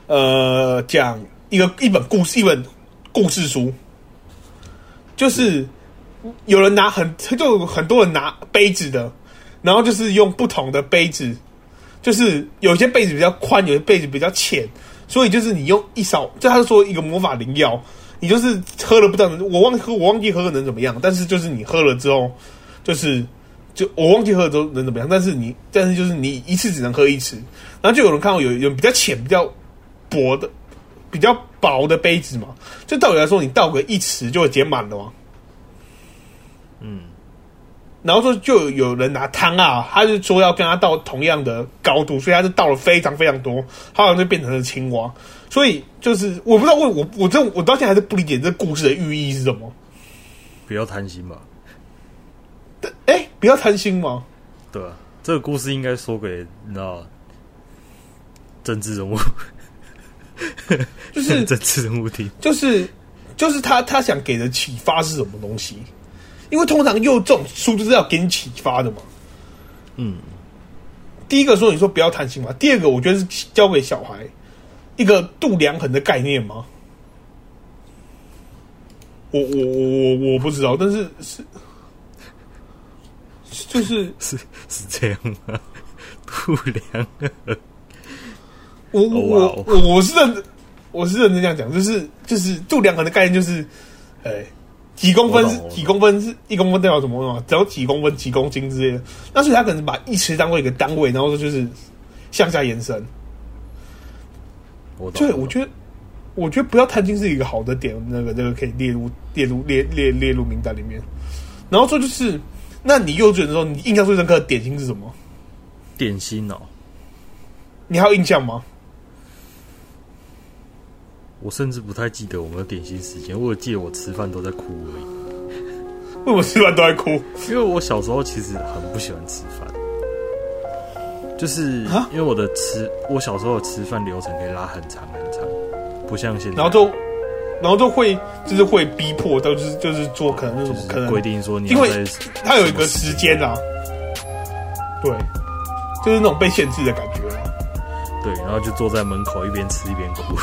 [SPEAKER 4] 呃讲一个一本故事一本故事书，就是有人拿很就有很多人拿杯子的，然后就是用不同的杯子，就是有些杯子比较宽，有些杯子比较浅，所以就是你用一勺，就他就说一个魔法灵药，你就是喝了不知道能，我忘喝我忘记喝了能怎么样，但是就是你喝了之后，就是就我忘记喝了之后能怎么样，但是你但是就是你一次只能喝一次，然后就有人看到有有比较浅、比较薄的、比较薄的杯子嘛，就道理来说，你倒个一匙就会解满了嘛。
[SPEAKER 5] 嗯，
[SPEAKER 4] 然后说就有人拿汤啊，他就说要跟他倒同样的高度，所以他就倒了非常非常多，他好像就变成了青蛙。所以就是我不知道为我我这我到现在还是不理解这故事的寓意是什么。
[SPEAKER 5] 不要贪心吧，
[SPEAKER 4] 但哎，不要贪心嘛，
[SPEAKER 5] 对吧、这个故事应该说给你知道政治人物，
[SPEAKER 4] 就
[SPEAKER 5] [LAUGHS]
[SPEAKER 4] 是
[SPEAKER 5] 政治人物听，
[SPEAKER 4] 就是就是他他想给的启发是什么东西？因为通常又这种书就是要给你启发的嘛。
[SPEAKER 5] 嗯，
[SPEAKER 4] 第一个说你说不要贪心嘛，第二个我觉得是教给小孩一个度量衡的概念吗？我我我我我不知道，但是是是就是
[SPEAKER 5] 是是这样吗？ [LAUGHS] 啊不良，
[SPEAKER 4] 我
[SPEAKER 5] 哇哦
[SPEAKER 4] 我我我是认真我是认真这样讲，就是就是度量衡的概念就是，哎、几公分是
[SPEAKER 5] 我懂我懂
[SPEAKER 4] 几公分是一公分代表什么嘛？只要几公分几公斤之类的，那所以他可能把一尺当做一个单位，然后就是向下延伸。
[SPEAKER 5] 我懂，
[SPEAKER 4] 对，我觉得，我觉得不要贪心是一个好的点，那个那个可以列入列入列列列入名单里面。然后这就是，那你幼稚园的时候，你印象最深刻的点心是什么？
[SPEAKER 5] 得点心哦，
[SPEAKER 4] 你还有印象吗？
[SPEAKER 5] 我甚至不太记得我们的点心时间，我只记得我吃饭都在哭而已。
[SPEAKER 4] 为什么吃饭都在哭？
[SPEAKER 5] 因为我小时候其实很不喜欢吃饭，就是
[SPEAKER 4] 啊
[SPEAKER 5] 因为我的吃，我小时候的吃饭流程可以拉很长很长，不像现在，
[SPEAKER 4] 然后就，然后就会就是会逼迫到，就是就是做可能
[SPEAKER 5] 就
[SPEAKER 4] 什么可
[SPEAKER 5] 是
[SPEAKER 4] 能
[SPEAKER 5] 规定说你
[SPEAKER 4] 因
[SPEAKER 5] 要
[SPEAKER 4] 为
[SPEAKER 5] 在
[SPEAKER 4] 它有一个时间啊，对，就是那种被限制的感觉啊。
[SPEAKER 5] 对，然后就坐在门口一边吃一边
[SPEAKER 4] [LAUGHS]
[SPEAKER 5] 哭。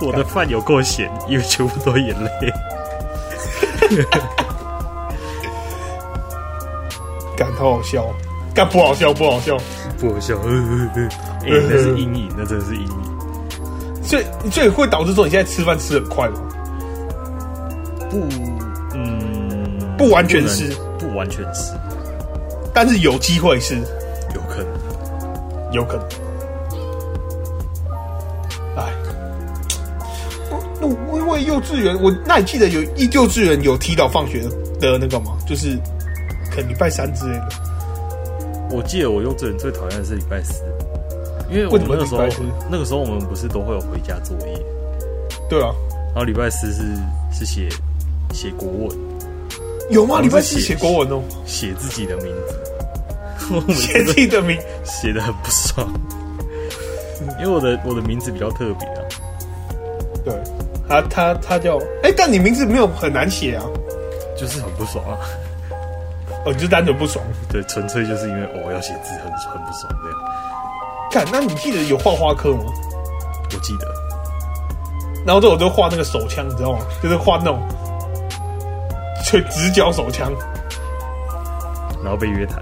[SPEAKER 5] 我的饭有够咸，因为全部都眼泪。
[SPEAKER 4] 感好好笑，干不好笑不好笑。
[SPEAKER 5] 不好笑，呃呃呃哎那是阴影，那真的是阴影。
[SPEAKER 4] 所以所以会导致说你现在吃饭吃得很快吗？
[SPEAKER 5] 不，嗯，
[SPEAKER 4] 不完全是
[SPEAKER 5] 不能，不完全是，
[SPEAKER 4] 但是有机会是
[SPEAKER 5] 有可能。
[SPEAKER 4] 有可能。哎，我因为幼稚园，我那你记得有一幼稚园有提早放学的那个吗？就是可能礼拜三之类的，
[SPEAKER 5] 我记得我幼稚园最讨厌的是礼拜四，因为我
[SPEAKER 4] 为什么
[SPEAKER 5] 们那个时
[SPEAKER 4] 礼
[SPEAKER 5] 候
[SPEAKER 4] 拜四
[SPEAKER 5] 那个时候我们不是都会有回家作业，
[SPEAKER 4] 对啊，
[SPEAKER 5] 然后礼拜四是是写写国文，
[SPEAKER 4] 有吗？
[SPEAKER 5] 我
[SPEAKER 4] 礼
[SPEAKER 5] 们
[SPEAKER 4] 拜
[SPEAKER 5] 是
[SPEAKER 4] 四
[SPEAKER 5] 写
[SPEAKER 4] 写国文哦，
[SPEAKER 5] 写自己的名字，我们
[SPEAKER 4] 写
[SPEAKER 5] 真
[SPEAKER 4] 自
[SPEAKER 5] 的
[SPEAKER 4] 己的名，
[SPEAKER 5] 写的很不爽，因为我的我的名字比较特别啊，
[SPEAKER 4] [LAUGHS] 对，他他他叫，哎、但你名字没有很难写啊，
[SPEAKER 5] 就是很不爽啊，
[SPEAKER 4] 哦，你就单纯不爽。
[SPEAKER 5] 对，纯粹就是因为哦要写字很很不爽这
[SPEAKER 4] 看，
[SPEAKER 5] 样，
[SPEAKER 4] 那你记得有画画课吗？
[SPEAKER 5] 我记得
[SPEAKER 4] 然后这我就画那个手枪，你知道吗？就是画那种，就直角手枪
[SPEAKER 5] 然后被约谈，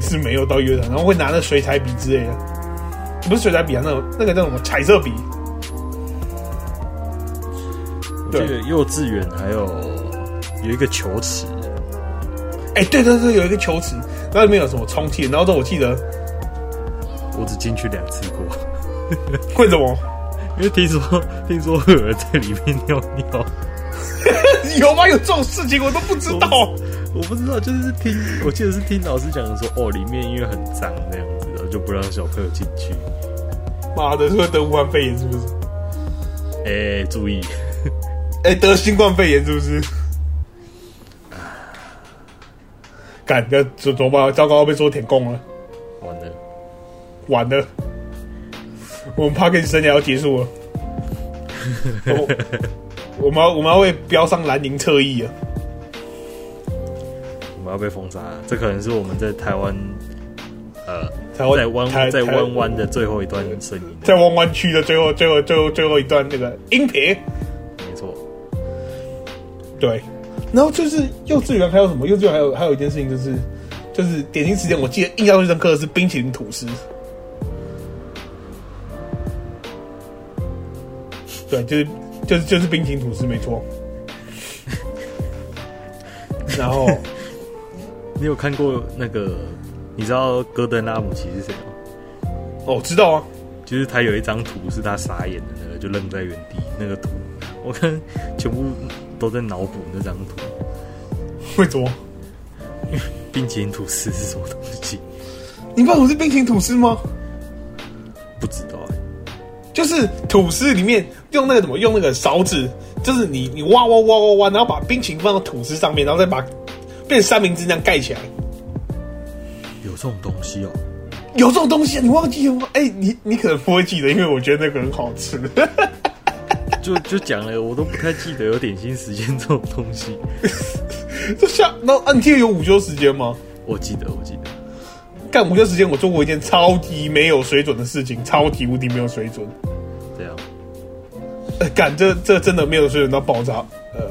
[SPEAKER 4] 是没有到约的，然后会拿那水彩笔之类的，不是水彩笔啊，那种那个叫什么彩色笔，
[SPEAKER 5] 我记
[SPEAKER 4] 对
[SPEAKER 5] 得幼稚园还有有一个球池，
[SPEAKER 4] 哎、对对对，有一个球池，然后里面有什么充气，然后这我记得
[SPEAKER 5] 我只进去两次过，
[SPEAKER 4] 为什么 [LAUGHS]
[SPEAKER 5] 因为听说听说会有人在里面尿尿。
[SPEAKER 4] 有吗？有这种事情我都不知道，
[SPEAKER 5] 我不知道，就是听，我记得是听老师讲的说，哦，里面因为很脏那样子，然后就不让小朋友进去。
[SPEAKER 4] 妈的，是会得武汉肺炎是不是？
[SPEAKER 5] 哎、注意，
[SPEAKER 4] 哎、得新冠肺炎是不是？干，这怎怎么办？糟糕，要被说舔供了，
[SPEAKER 5] 完了，
[SPEAKER 4] 完了！我们 p a r k i n 生涯要结 [LAUGHS] 束了。我我们要我们要被标上蓝宁侧翼了。啊
[SPEAKER 5] 我们要被封杀了。这可能是我们在台湾，呃，
[SPEAKER 4] 台湾
[SPEAKER 5] 在弯
[SPEAKER 4] 台
[SPEAKER 5] 在
[SPEAKER 4] 台
[SPEAKER 5] 弯弯的最后一段声音。
[SPEAKER 4] 在弯弯区的最后最后最后最后一段那个音频，
[SPEAKER 5] 没错，
[SPEAKER 4] 对。然后就是幼稚园还有什么？幼稚园还有还有一件事情就是，就是点心时间，我记得印象最深刻的是冰淇淋吐司。对，就是就是就是冰淇淋吐司，没错。然后
[SPEAKER 5] 你有看过那个？你知道戈登拉姆齐是谁吗？
[SPEAKER 4] 哦，知道啊，
[SPEAKER 5] 就是他有一张图是他傻眼的那个，就愣在原地那个图，我看全部都在脑补那张图。
[SPEAKER 4] 为什么？
[SPEAKER 5] 冰淇淋吐司是什么东西？
[SPEAKER 4] 你不知道我是冰淇淋吐司吗？
[SPEAKER 5] 不知道、欸，
[SPEAKER 4] 就是吐司里面用那个什么，用那个勺子，就是你你挖挖挖挖挖，然后把冰淇淋放到吐司上面，然后再把变成三明治那样盖起来。
[SPEAKER 5] 有这种东西哦、
[SPEAKER 4] 有这种东西啊，你忘记了吗？哎、你你可能不会记得，因为我觉得那个很好吃。 [LAUGHS]
[SPEAKER 5] 就就讲了，我都不太记得有点心时间这种东西。
[SPEAKER 4] 就像那啊，你记得有午休时间吗？
[SPEAKER 5] [LAUGHS] 我记得，我记得，
[SPEAKER 4] 干午休时间，我做过一件超级没有水准的事情，超级无敌没有水准。
[SPEAKER 5] 这样
[SPEAKER 4] 呃，干这这真的没有水准到爆炸。呃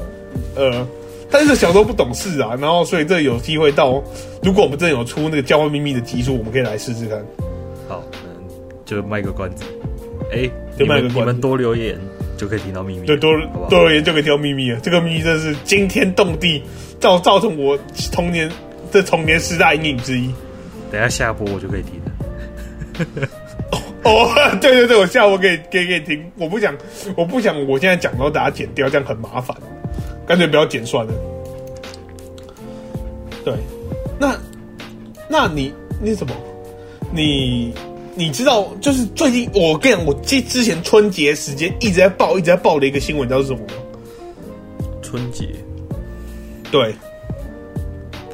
[SPEAKER 4] 呃，但是小时候不懂事啊，然后所以这有机会到，如果我们真的有出那个交换秘密的集数，我们可以来试试看。
[SPEAKER 5] 好，嗯，就卖个关子。哎、
[SPEAKER 4] 就
[SPEAKER 5] 你
[SPEAKER 4] 卖
[SPEAKER 5] 们
[SPEAKER 4] 个关子
[SPEAKER 5] 你们多留言就可以听到秘密了，
[SPEAKER 4] 对，多
[SPEAKER 5] 好不好
[SPEAKER 4] 多留言就可以挑秘密了。啊这个秘密真是惊天动地，造造成我童年这童年十大阴影之一。
[SPEAKER 5] 等一下下播我就可以听了。
[SPEAKER 4] [LAUGHS] 哦，对对对，我下午给给给听，我不想我不想我现在讲，然后大家剪掉，这样很麻烦，干脆不要剪算了。对，那那你那什么，你你知道，就是最近我跟你讲，我之之前春节时间一直在报一直在报的一个新闻，你知道是什么吗？
[SPEAKER 5] 春节
[SPEAKER 4] 对，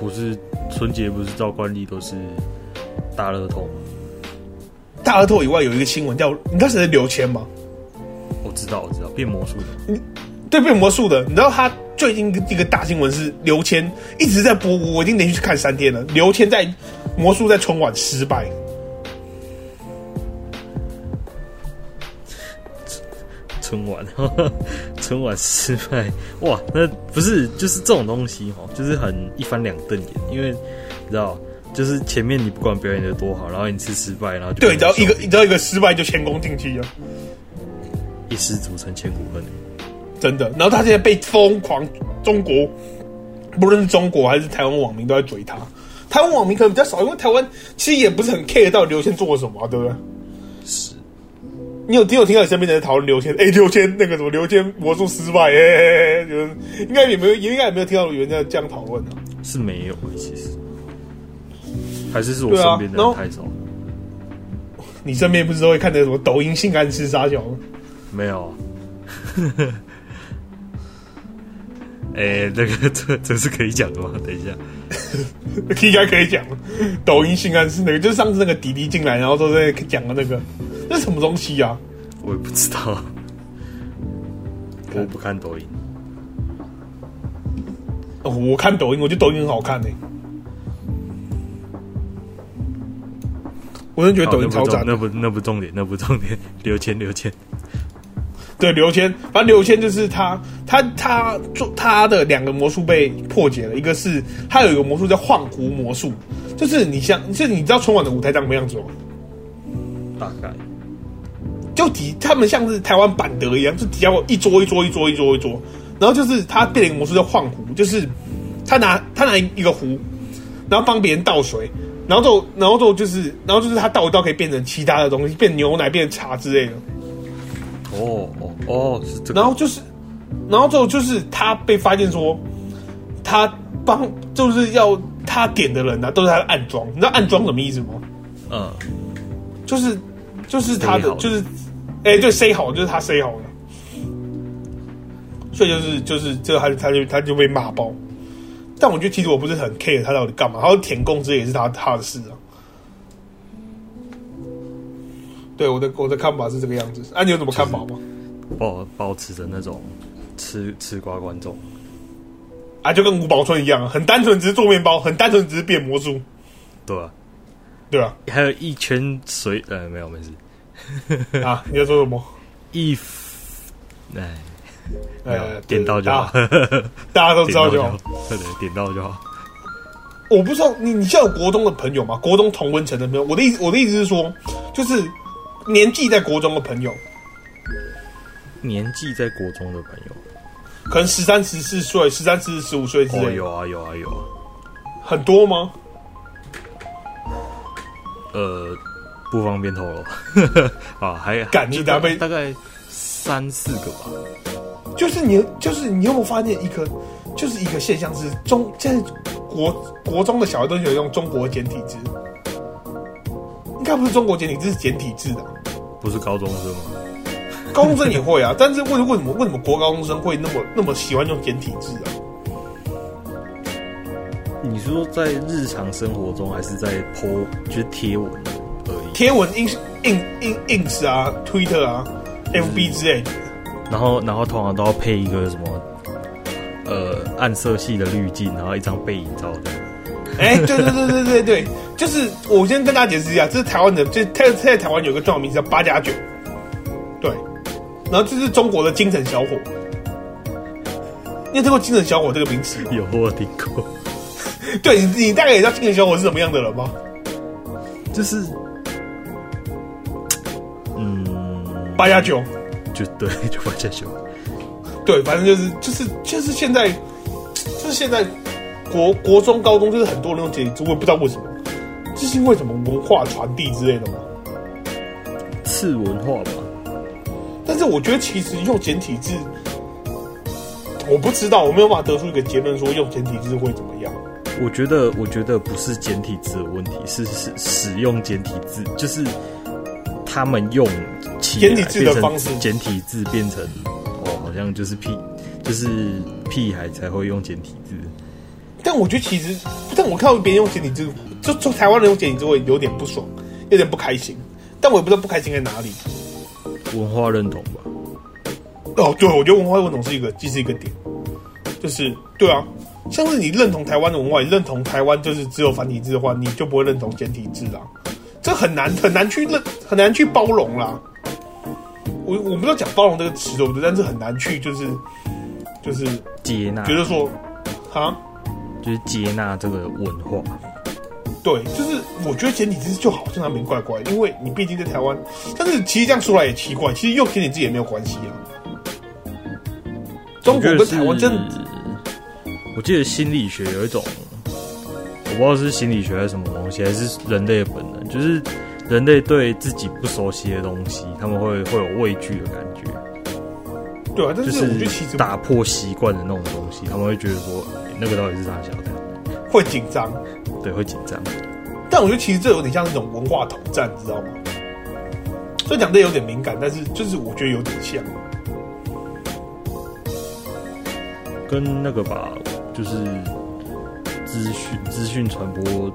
[SPEAKER 5] 不是春节，不是照惯例都是大乐透吗？
[SPEAKER 4] 大额头以外有一个新闻叫，你知道谁是刘谦吗？
[SPEAKER 5] 我知道，我知道，变魔术的。
[SPEAKER 4] 对变魔术的，你知道他最近一个大新闻是刘谦一直在播，我已经连续看三天了。刘谦在魔术在春晚失败，
[SPEAKER 5] 春晚， [LAUGHS] 春晚失败，哇，那不是就是这种东西哈，就是很一翻两瞪眼，因为你知道，就是前面你不管表演的多好，然后你次失败，然后就
[SPEAKER 4] 对，你知道一个
[SPEAKER 5] 笑
[SPEAKER 4] 你知道一个失败就前功尽弃了，
[SPEAKER 5] 一失足成千古恨，
[SPEAKER 4] 真的。然后他现在被疯狂中国，不论是中国还是台湾网民都在追他。台湾网民可能比较少，因为台湾其实也不是很 care 到刘谦做了什么啊、对不对？
[SPEAKER 5] 是
[SPEAKER 4] 你有你有听到你身边的人讨论刘谦？哎、刘谦那个什么刘谦魔术失败，哎、欸欸，就是应该也没有，也应该也没有听到有人在这样讨论啊。
[SPEAKER 5] 是没有欸其实，还是是我
[SPEAKER 4] 对啊
[SPEAKER 5] 身边的
[SPEAKER 4] 然后
[SPEAKER 5] 人太少，
[SPEAKER 4] 你身边不是都会看那什么抖音性暗示杀小吗？ [LAUGHS]
[SPEAKER 5] 没有啊。 [LAUGHS] 哎、那个这这是可以讲的吗？等一下，
[SPEAKER 4] 应该可以讲，抖音性暗示那个，就是上次那个迪迪进来，然后都在讲的那个，那是什么东西啊？
[SPEAKER 5] 我也不知道，我不看抖音。
[SPEAKER 4] 哦，我看抖音，我觉得抖音很好看呢、欸我真的觉得抖音超
[SPEAKER 5] 哦
[SPEAKER 4] 赞的。
[SPEAKER 5] 那不那不那不重点， [LAUGHS] 那不重点，刘谦刘谦，
[SPEAKER 4] 对刘谦，反正刘谦就是他，他他做他的两个魔术被破解了，一个是他有一个魔术叫晃弧魔术，就是你像，就是你知道春晚的舞台长什么样子吗？
[SPEAKER 5] 大概
[SPEAKER 4] 就底他们像是台湾板德一样，就底下有一桌一桌一桌一桌一桌，然后就是他变了一个魔术叫晃壶，就是他拿他拿一个壶，然后帮别人倒水，然后就然后就就是然后就是他倒一倒可以变成其他的东西，变牛奶、变茶之类的，
[SPEAKER 5] 哦哦哦是这个，
[SPEAKER 4] 然后就是然后之后就是他被发现说他帮就是要他点的人呢、啊、都是他的暗装，你知道暗装什么意思吗？
[SPEAKER 5] 嗯
[SPEAKER 4] 就是就是他
[SPEAKER 5] 塞
[SPEAKER 4] 的
[SPEAKER 5] 好，
[SPEAKER 4] 就是哎、对，say 好，就是他 say 好的，所以就是就是这个他就他就他就被骂爆。但我觉得其实我不是很 care 他到底干嘛，还有舔供之类也是他他的事啊。对我的我的看法是这个样子，啊，你有什么看法吗？
[SPEAKER 5] 保保持着那种吃吃瓜观众，
[SPEAKER 4] 啊，就跟吴宝春一样啊，很单纯，只是做面包，很单纯，只是变魔术，
[SPEAKER 5] 对吧、
[SPEAKER 4] 对
[SPEAKER 5] [LAUGHS]
[SPEAKER 4] 吧、
[SPEAKER 5] 还有一圈水，呃，没有没事，
[SPEAKER 4] 啊？啊，你在说什么？
[SPEAKER 5] 一 f- 哎， [LAUGHS] 没有
[SPEAKER 4] 呃，
[SPEAKER 5] 点到就好，
[SPEAKER 4] 大大家都知
[SPEAKER 5] [LAUGHS]
[SPEAKER 4] 道
[SPEAKER 5] 点到
[SPEAKER 4] 就
[SPEAKER 5] 就
[SPEAKER 4] 好
[SPEAKER 5] 好。，对，点到就好。
[SPEAKER 4] 我不知道你，你现在有国中的朋友吗？国中同温层的朋友，我的意思，我的意思是说，就是年纪在国中的朋友，
[SPEAKER 5] 年纪在国中的朋友，
[SPEAKER 4] 可能十三、十四岁、十三、十四、十五岁之
[SPEAKER 5] 哦，
[SPEAKER 4] 类的，
[SPEAKER 5] 有啊有啊有啊，
[SPEAKER 4] 很多吗？
[SPEAKER 5] 呃，不方便透露 [LAUGHS] 啊，还
[SPEAKER 4] 干你
[SPEAKER 5] 就
[SPEAKER 4] 大
[SPEAKER 5] 大
[SPEAKER 4] 概
[SPEAKER 5] 大概三四个吧，
[SPEAKER 4] 就是你，就是你有没有发现一个，就是一个现象是中现在国国中的小孩都喜欢用中国简体字，应该不是中国简体字，是简体字的。
[SPEAKER 5] 不是高中生吗？
[SPEAKER 4] 高中生也会啊，但是为为什么为什么国高中生会那么那么喜欢用简体字啊？
[SPEAKER 5] 你说在日常生活中，还是在 po 就是贴文而已？
[SPEAKER 4] 贴文、ins、ins、ins、ins 啊、Twitter 啊、FB 之类的。
[SPEAKER 5] 然后然后通常都要配一个什么呃暗色系的滤镜，然后一张背影照的。
[SPEAKER 4] 哎、对对对对对对，就是我先跟大家解释一下，这是台湾的，就是在在台湾有个重要名字叫八加九，对，然后这是中国的精神小伙。你有听过“精神小伙”这个名词吗？
[SPEAKER 5] 有我有听过，
[SPEAKER 4] 对你，你大概也知道精神小伙是什么样的人吗？
[SPEAKER 5] 就是嗯，
[SPEAKER 4] 八加九，
[SPEAKER 5] 就对，就八加九。
[SPEAKER 4] 对，反正就是就是就是现在，就是现在国国中、高中就是很多人用简体字，我也不知道为什么，这是因为什么文化传递之类的吗？
[SPEAKER 5] 次文化吧，
[SPEAKER 4] 但是我觉得其实用简体字，我不知道，我没有办法得出一个结论说用简体字会怎么样。
[SPEAKER 5] 我觉得，我觉得不是简体字的问题，是是使用简体字，就是他们用起来
[SPEAKER 4] 简体字的方式
[SPEAKER 5] 变成简体字变成哦，好像就是屁，就是屁孩才会用简体字。
[SPEAKER 4] 但我觉得其实，但我看到别人用简体字，就就台湾人用简体字会有点不爽，有点不开心。但我也不知道不开心在哪里。
[SPEAKER 5] 文化认同吧，
[SPEAKER 4] 哦，对，我觉得文化认同是一个，既是一个点，就是对啊，像是你认同台湾的文化，你认同台湾就是只有繁体字的话，你就不会认同简体字啦。这很难很难去认，很难去包容啦。我我不知道讲包容这个词对不对，但是很难去就是就是
[SPEAKER 5] 接纳
[SPEAKER 4] 觉得说啊，
[SPEAKER 5] 就是接纳这个文化，
[SPEAKER 4] 对，就是我觉得简体字就好像难免怪怪，因为你毕竟在台湾，但是其实这样说来也奇怪，其实用简体字也没有关系啊。中
[SPEAKER 5] 我
[SPEAKER 4] 国
[SPEAKER 5] 觉
[SPEAKER 4] 跟
[SPEAKER 5] 得是
[SPEAKER 4] 台湾真的。
[SPEAKER 5] 我记得心理学有一种，我不知道是心理学还是什么东西，还是人类的本能，就是人类对自己不熟悉的东西，他们会会有畏惧的感觉，
[SPEAKER 4] 对啊，但
[SPEAKER 5] 就是
[SPEAKER 4] 我觉得其
[SPEAKER 5] 是
[SPEAKER 4] 实
[SPEAKER 5] 打破习惯的那种东西，他们会觉得说、欸那个到底是啥小的，
[SPEAKER 4] 会紧张，
[SPEAKER 5] 对，会紧张。
[SPEAKER 4] 但我觉得其实这有点像那种文化统战，你知道吗？所以讲这有点敏感，但是就是我觉得有点像，
[SPEAKER 5] 跟那个吧，就是资讯资讯传播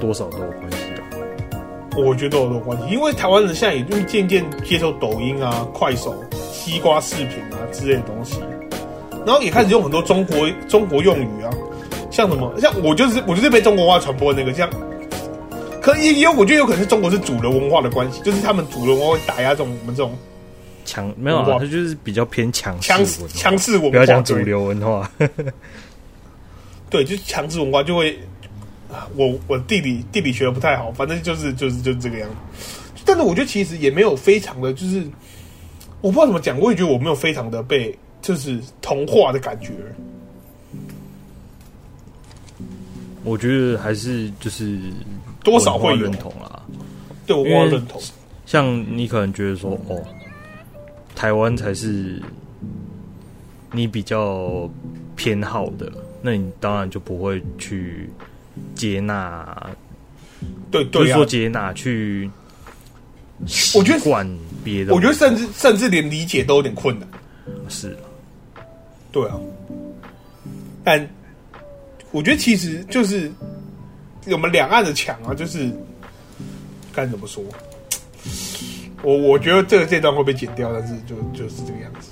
[SPEAKER 5] 多少都有关系啊。
[SPEAKER 4] 我觉得有点关系，因为台湾人现在也就渐渐接受抖音啊、快手、西瓜视频啊之类的东西，然后也开始用很多中国中国用语啊，像什么像我就是我就是被中国文化传播的那个像。可也也有，我觉得有可能是中国是主流文化的关系，就是他们主流文化会打压这种我们这种
[SPEAKER 5] 强没有
[SPEAKER 4] 文
[SPEAKER 5] 啊，
[SPEAKER 4] 化
[SPEAKER 5] 它就是比较偏强势
[SPEAKER 4] 强
[SPEAKER 5] 文化
[SPEAKER 4] 势强势文化，
[SPEAKER 5] 不要讲主
[SPEAKER 4] 对
[SPEAKER 5] 流文化。 [LAUGHS]
[SPEAKER 4] 对，就是强制文化就会，啊我我地理地理学的不太好，反正就是就是就是这个样子。但是我觉得其实也没有非常的，就是我不知道怎么讲，我也觉得我没有非常的被就是同化的感觉。
[SPEAKER 5] 我觉得还是就是
[SPEAKER 4] 多少会有
[SPEAKER 5] 文化认同啦。
[SPEAKER 4] 对我不
[SPEAKER 5] 因为
[SPEAKER 4] 认同，
[SPEAKER 5] 像你可能觉得说，哦，台湾才是你比较偏好的，那你当然就不会去接纳，
[SPEAKER 4] 对
[SPEAKER 5] 不
[SPEAKER 4] 对
[SPEAKER 5] 是
[SPEAKER 4] 啊
[SPEAKER 5] 说，接纳去习
[SPEAKER 4] 我觉得
[SPEAKER 5] 惯别的文化，
[SPEAKER 4] 我觉得甚至甚至连理解都有点困难。
[SPEAKER 5] 是啊
[SPEAKER 4] 对啊，但我觉得其实就是我们两岸的墙啊，就是该怎么说？我我觉得这个这段会被剪掉，但是就就是这个样子。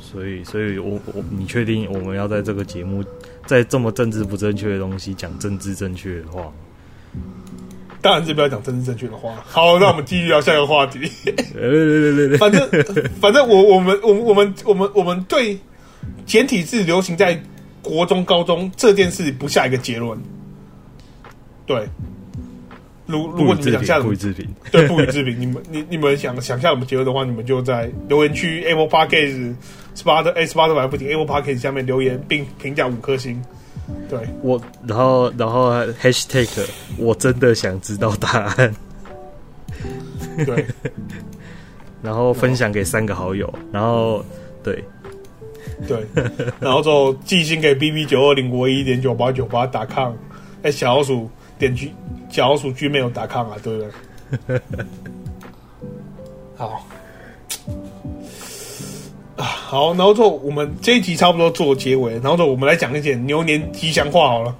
[SPEAKER 5] 所以，所以我我你确定我们要在这个节目，在这么政治不正确的东西讲政治正确的话？
[SPEAKER 4] 当然是不要讲政治正确的话。好，那我们继续聊下一个话题。
[SPEAKER 5] 呃，对对对对，
[SPEAKER 4] 反正反正我我们我们我们我们我们对简体字流行在国中、高中这件事不下一个结论。对，如如
[SPEAKER 5] 不
[SPEAKER 4] 果
[SPEAKER 5] 予
[SPEAKER 4] 你们
[SPEAKER 5] 置
[SPEAKER 4] 想
[SPEAKER 5] 评，
[SPEAKER 4] 下
[SPEAKER 5] 不予置评。
[SPEAKER 4] [LAUGHS] 对不予置评。你们你你们想想下我们结论的话，你们就在留言区 Apple Podcast、Spotify、哎 Spotify 不停 Apple Podcast 下面留言并评价五颗星。对，
[SPEAKER 5] 我然后然后 hashtag，我真的想知道答案，
[SPEAKER 4] 对，
[SPEAKER 5] [LAUGHS] 然后分享给三个好友，然后对，
[SPEAKER 4] 对，然后就寄信给 bb 九二零国一点九八九八 com，哎，小老鼠点 g 小老鼠 gmail com 啊，对不对？好，啊好，然后就我们这一集差不多做结尾，然后就我们来讲一点牛年吉祥话好了。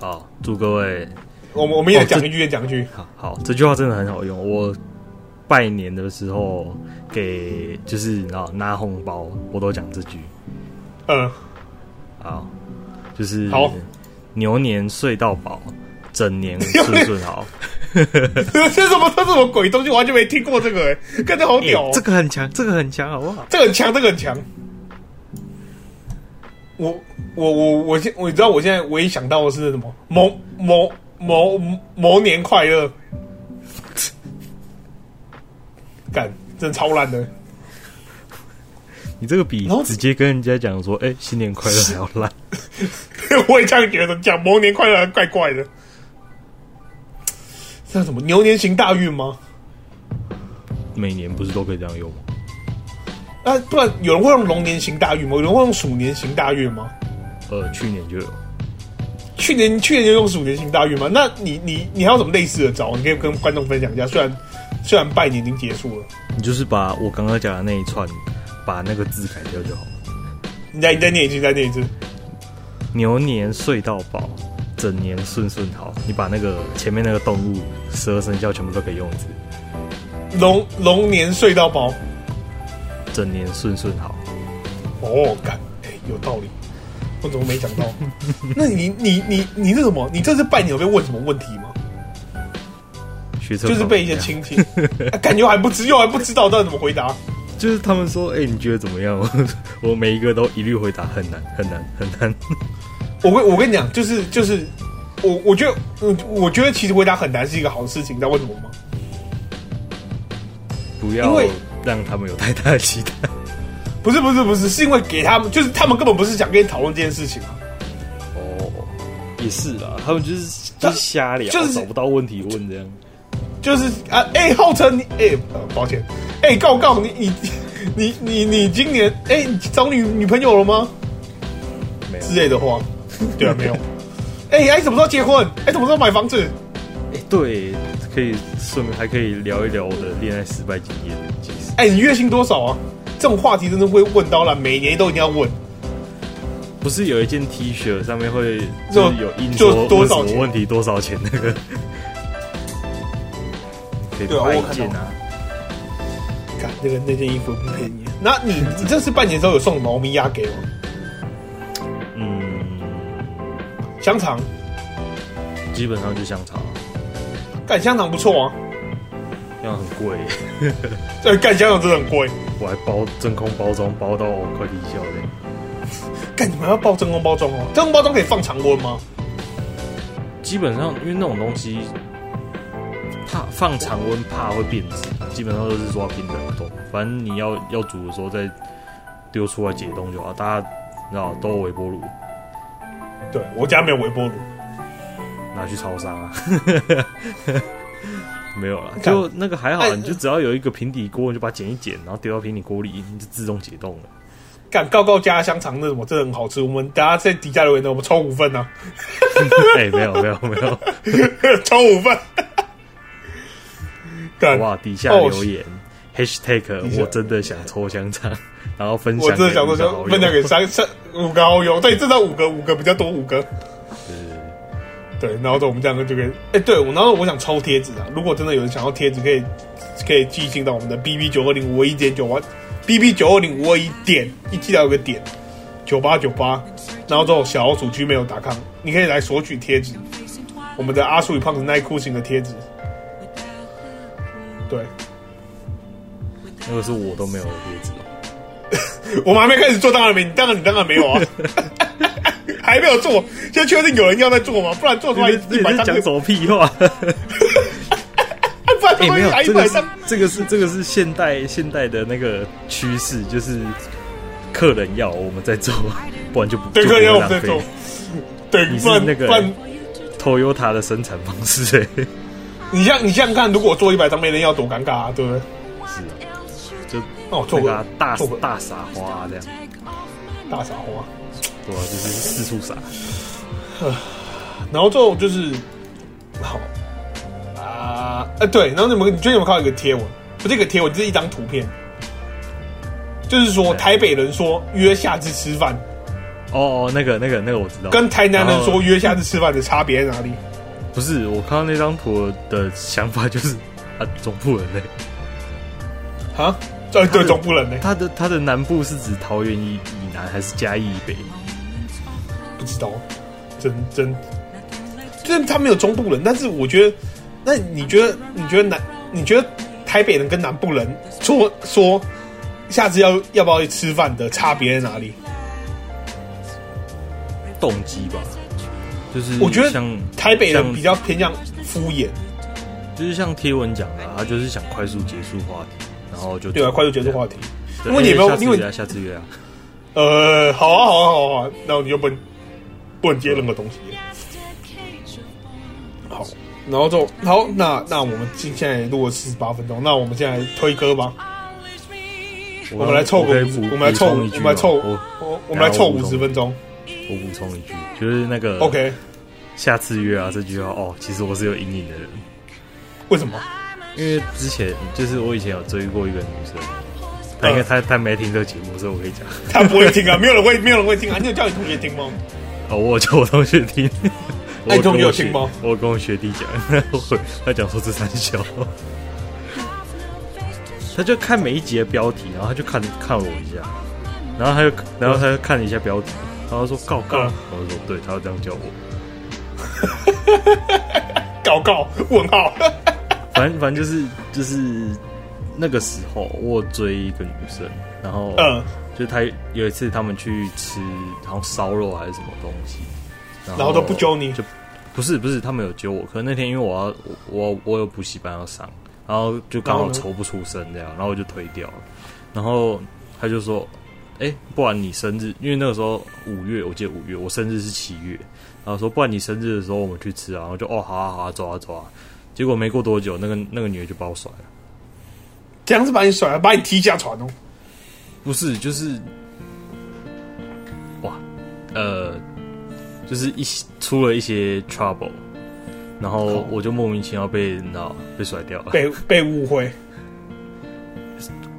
[SPEAKER 5] 好，啊祝各位
[SPEAKER 4] 我们我们也
[SPEAKER 5] 哦
[SPEAKER 4] 讲
[SPEAKER 5] 这
[SPEAKER 4] 一句，也讲一句。
[SPEAKER 5] 好好，这句话真的很好用。我拜年的时候给就是啊拿红包，我都讲这句。
[SPEAKER 4] 嗯，
[SPEAKER 5] 好，就是
[SPEAKER 4] 好
[SPEAKER 5] 牛年睡到饱，整 [LAUGHS] 年顺顺好。
[SPEAKER 4] [LAUGHS] 这是什么？这是什么鬼东西？我完全没听过这个、欸，感觉好屌、哦
[SPEAKER 5] 欸这个很强，这个很强，好不好？
[SPEAKER 4] 这个很强，这个很强。我我我我现我你知道我现在唯一想到的是什么？某某某某年快乐，干，真的超烂的。 [LAUGHS]
[SPEAKER 5] 你这个比
[SPEAKER 4] 然后
[SPEAKER 5] 直接跟人家讲说，哎、新年快乐还要 [LAUGHS] 烂。
[SPEAKER 4] 我也这样觉得，讲某年快乐怪怪的。像什么牛年行大运吗？
[SPEAKER 5] 每年不是都可以这样用吗？
[SPEAKER 4] 那、啊不然有人会用龙年行大运吗？有人会用鼠年行大运吗？
[SPEAKER 5] 呃，去年就有，
[SPEAKER 4] 去年去年就用鼠年行大运嘛？那你你你还有什么类似的招？你可以跟观众分享一下。虽然虽然拜年已经结束了，
[SPEAKER 5] 你就是把我刚刚讲的那一串，把那个字改掉就好了。
[SPEAKER 4] 你再你再念一次，你再念一次。
[SPEAKER 5] 牛年睡到饱，整年顺顺好。你把那个前面那个动物十二生肖全部都可以用一次，
[SPEAKER 4] 龙龙年睡到饱。
[SPEAKER 5] 整年顺顺好。
[SPEAKER 4] 哦，干，哎、有道理。我怎么没想到？那你你你你这什么？你这次拜年有被问什么问题吗？
[SPEAKER 5] 学车
[SPEAKER 4] 就是被一些亲戚、啊感觉还不知又还不知道，到底怎么回答？
[SPEAKER 5] 就是他们说，哎、你觉得怎么样？ [LAUGHS] 我我每一个都一律回答很难，很难，很 [LAUGHS] 难。
[SPEAKER 4] 我跟我跟你讲，就是就是，我我觉得我我觉得其实回答很难是一个好事情，你知道为什么吗？
[SPEAKER 5] 不
[SPEAKER 4] 因
[SPEAKER 5] 要
[SPEAKER 4] 为
[SPEAKER 5] 让他们有太大的期待。
[SPEAKER 4] 不是不是不是，是因为给他们，就是他们根本不是想跟你讨论这件事情啊。
[SPEAKER 5] 哦，也是啊，他们就是
[SPEAKER 4] 他
[SPEAKER 5] 瞎聊
[SPEAKER 4] 就是
[SPEAKER 5] 到问题问这样。
[SPEAKER 4] 就是啊，哎、浩辰，你哎、呃抱歉，哎、告告你你你你你今年哎、你找女女朋友了吗？
[SPEAKER 5] 没有
[SPEAKER 4] 之类的话，对啊，没有。 [LAUGHS] 哎、哎、什么时候结婚？哎、什么时候买房子？
[SPEAKER 5] 哎、对，可以顺便还可以聊一聊我的恋爱失败经验。其实，
[SPEAKER 4] 哎、你月薪多少啊？这种话题真的会问到了，每年都一定要问。
[SPEAKER 5] 不是有一件 T 恤上面会
[SPEAKER 4] 就
[SPEAKER 5] 就是有印
[SPEAKER 4] 就
[SPEAKER 5] 说
[SPEAKER 4] 多少
[SPEAKER 5] 问什
[SPEAKER 4] 钱
[SPEAKER 5] 么问题多少钱那个，可以
[SPEAKER 4] 对啊
[SPEAKER 5] 拍
[SPEAKER 4] 我有
[SPEAKER 5] 一
[SPEAKER 4] 看
[SPEAKER 5] 件
[SPEAKER 4] 到
[SPEAKER 5] 啊。
[SPEAKER 4] 看那个那件衣服不便宜。那你你这次半年之后有送猫咪鸭给我？
[SPEAKER 5] 嗯，
[SPEAKER 4] 香肠，
[SPEAKER 5] 基本上就香啊肠，
[SPEAKER 4] 干香肠不错啊。
[SPEAKER 5] 要很贵，
[SPEAKER 4] 对，干香肠真的很贵。
[SPEAKER 5] 我还包真空包装包到我快低消的，
[SPEAKER 4] 干你们要包真空包装哦？真空包装可以放常温吗？
[SPEAKER 5] 基本上因为那种东西。怕放常温怕会变质，基本上都是抓冰冷冻。反正你要要煮的时候再丢出来解冻就好。大家你知道都有微波炉，
[SPEAKER 4] 对我家没有微波炉。
[SPEAKER 5] 拿去超商啊。 [LAUGHS] 没有啦，
[SPEAKER 4] 干
[SPEAKER 5] 就那个还好啊
[SPEAKER 4] 哎，
[SPEAKER 5] 你就只要有一个平底锅，你就把它剪一剪，然后丢到平底锅里，你就自动解冻了。 [LAUGHS]
[SPEAKER 4] 干告告家香肠那什么真的很好吃，我们大家在底下留言的，我们抽五份啊， [LAUGHS]
[SPEAKER 5] 哎、没有没有没有，
[SPEAKER 4] 抽五份。 [LAUGHS] 干，
[SPEAKER 5] [LAUGHS] 哇！底下
[SPEAKER 4] 哦
[SPEAKER 5] 留言、#hashtag
[SPEAKER 4] 下
[SPEAKER 5] 我真的想抽香肠，然后分享
[SPEAKER 4] 我真的想
[SPEAKER 5] 给
[SPEAKER 4] 说
[SPEAKER 5] 你的好
[SPEAKER 4] 就
[SPEAKER 5] 友
[SPEAKER 4] 分享给三三五个好友，对，至少五个，五个比较多，五个。对，然后我们这样就可以，哎、对，我然后我想抽贴纸啊，如果真的有人想要贴纸，可以可以寄信到我们的 BB 九二零五一点九八，BB 九二零五一点一寄到有个点九八九八，然后之后小老鼠 g 没有打康，你可以来索取贴纸，我们的阿叔与胖子耐酷型的贴纸，对
[SPEAKER 5] [LAUGHS] 那个是我都没有的贴纸，
[SPEAKER 4] 我们还没开始做，当然没，当然你当然没有啊。
[SPEAKER 5] [LAUGHS]
[SPEAKER 4] 还没有做，现在确定有人要在做吗？不然做出来
[SPEAKER 5] 你
[SPEAKER 4] 一
[SPEAKER 5] 你
[SPEAKER 4] 百
[SPEAKER 5] 在
[SPEAKER 4] 张就
[SPEAKER 5] 讲什，么屁话？
[SPEAKER 4] [LAUGHS] 不然
[SPEAKER 5] 哎、
[SPEAKER 4] 做出
[SPEAKER 5] 没有
[SPEAKER 4] 来，一
[SPEAKER 5] 这
[SPEAKER 4] 百
[SPEAKER 5] 个
[SPEAKER 4] 张
[SPEAKER 5] 是这个是这个是现代现代的那个趋势，就是客人要我们在做，不然就不
[SPEAKER 4] 对，
[SPEAKER 5] 就
[SPEAKER 4] 可以
[SPEAKER 5] 不会
[SPEAKER 4] 我们
[SPEAKER 5] 浪
[SPEAKER 4] 再
[SPEAKER 5] 费
[SPEAKER 4] 做。对，
[SPEAKER 5] 你是
[SPEAKER 4] 不然
[SPEAKER 5] 那个
[SPEAKER 4] 不然，
[SPEAKER 5] Toyota 的生产方式、
[SPEAKER 4] [LAUGHS]
[SPEAKER 5] 欸，
[SPEAKER 4] 你像你想想看，如果做一百张没人要，多尴尬啊，对不对？
[SPEAKER 5] 是啊，就
[SPEAKER 4] 那我做
[SPEAKER 5] 那
[SPEAKER 4] 个
[SPEAKER 5] 个啊、大
[SPEAKER 4] 做个
[SPEAKER 5] 大撒花、啊、这样，
[SPEAKER 4] 大傻花，
[SPEAKER 5] 对、啊，就是四处撒。
[SPEAKER 4] 然后最后就是好啊，哎、对，然后你们你最近有没有看到一个贴文？不是一个贴文，就是一张图片，就是说
[SPEAKER 5] 对
[SPEAKER 4] 台北人说约下次吃饭，
[SPEAKER 5] 哦哦，那个那个那个我知道，
[SPEAKER 4] 跟台南人
[SPEAKER 5] 然
[SPEAKER 4] 说
[SPEAKER 5] 后
[SPEAKER 4] 约下次吃饭的差别在哪里？
[SPEAKER 5] 不是，我看到那张图的想法就是啊，总部人类，
[SPEAKER 4] 啊？呃，对，总部人呢、
[SPEAKER 5] 他的他的南部是指桃园以以南还是嘉义以北？
[SPEAKER 4] 不知道，真真，就是他没有中部人，但是我觉得，那你觉得你觉得南你觉得台北人跟南部人说说下次要要不要去吃饭的差别在哪里？
[SPEAKER 5] 动机吧，就是
[SPEAKER 4] 我觉得
[SPEAKER 5] 像
[SPEAKER 4] 台北人
[SPEAKER 5] 像
[SPEAKER 4] 比较偏向敷衍，
[SPEAKER 5] 就是像贴文讲的、啊，他就是想快速结束话题，然后就
[SPEAKER 4] 对啊，快速结束话
[SPEAKER 5] 题。
[SPEAKER 4] 题。
[SPEAKER 5] 对
[SPEAKER 4] 因为你
[SPEAKER 5] 哎
[SPEAKER 4] 没有
[SPEAKER 5] 下次
[SPEAKER 4] 因为
[SPEAKER 5] 约啊下次约啊，
[SPEAKER 4] 呃，好啊，好啊，好啊，好啊那你就不能不能接任何东西。好，然后就好，那那我们现现在录了四十八分钟，那我们现在推歌吧。我们来凑个
[SPEAKER 5] 啊可以
[SPEAKER 4] 五十，
[SPEAKER 5] 补
[SPEAKER 4] 我们来
[SPEAKER 5] 补
[SPEAKER 4] 凑，
[SPEAKER 5] 充
[SPEAKER 4] 我
[SPEAKER 5] 一句
[SPEAKER 4] 们来
[SPEAKER 5] 吗
[SPEAKER 4] 凑，
[SPEAKER 5] 我
[SPEAKER 4] 我我们来凑五十分钟。
[SPEAKER 5] 我补充一句，就是那个
[SPEAKER 4] OK，
[SPEAKER 5] 下次约啊这句话哦，其实我是有阴影的人，
[SPEAKER 4] 为什么？ [LAUGHS]
[SPEAKER 5] 因为之前就是我以前有追过一个女生，她应该她她没听这个节目，所以我可以讲。 [LAUGHS]
[SPEAKER 4] 他不会听啊，没有人会，没有人会听啊。你有叫你同学听吗？
[SPEAKER 5] 哦，我有叫我同学 [LAUGHS] 听，
[SPEAKER 4] 那
[SPEAKER 5] 我
[SPEAKER 4] 你同
[SPEAKER 5] 跟
[SPEAKER 4] 学有
[SPEAKER 5] 我
[SPEAKER 4] 听
[SPEAKER 5] 哎学
[SPEAKER 4] 吗
[SPEAKER 5] 我跟我学弟讲，我他讲说这三小，他就看每一集的标题，然后他就看看我一下，嗯然后他就然后他就看了一下标题，然后说告告，
[SPEAKER 4] 嗯
[SPEAKER 5] 我就说对，他要这样叫我。
[SPEAKER 4] 搞搞问号， [LAUGHS]
[SPEAKER 5] 反正反正就是就是那个时候，我有追一个女生，然后
[SPEAKER 4] 嗯，
[SPEAKER 5] 就她有一次他们去吃好像烧肉还是什么东西，然
[SPEAKER 4] 然后都不揪你
[SPEAKER 5] 就不是不是他们有揪我，可是那天因为我要我我我有补习班要上，然后就刚
[SPEAKER 4] 然后
[SPEAKER 5] 好
[SPEAKER 4] 呢
[SPEAKER 5] 抽不出身这样，然后我就推掉了，然后他就说。哎、不然你生日，因为那个时候五月，我记得五月，我生日是七月，然后说不然你生日的时候我们去吃啊，然后就哦好啊好啊走啊走啊，结果没过多久，那个那个女的就把我甩了。
[SPEAKER 4] 这样子把你甩了，把你踢下船哦。
[SPEAKER 5] 不是，就是，哇，呃，就是一些出了一些 trouble，然后我就莫名其妙被那被甩掉了。
[SPEAKER 4] 被被误会，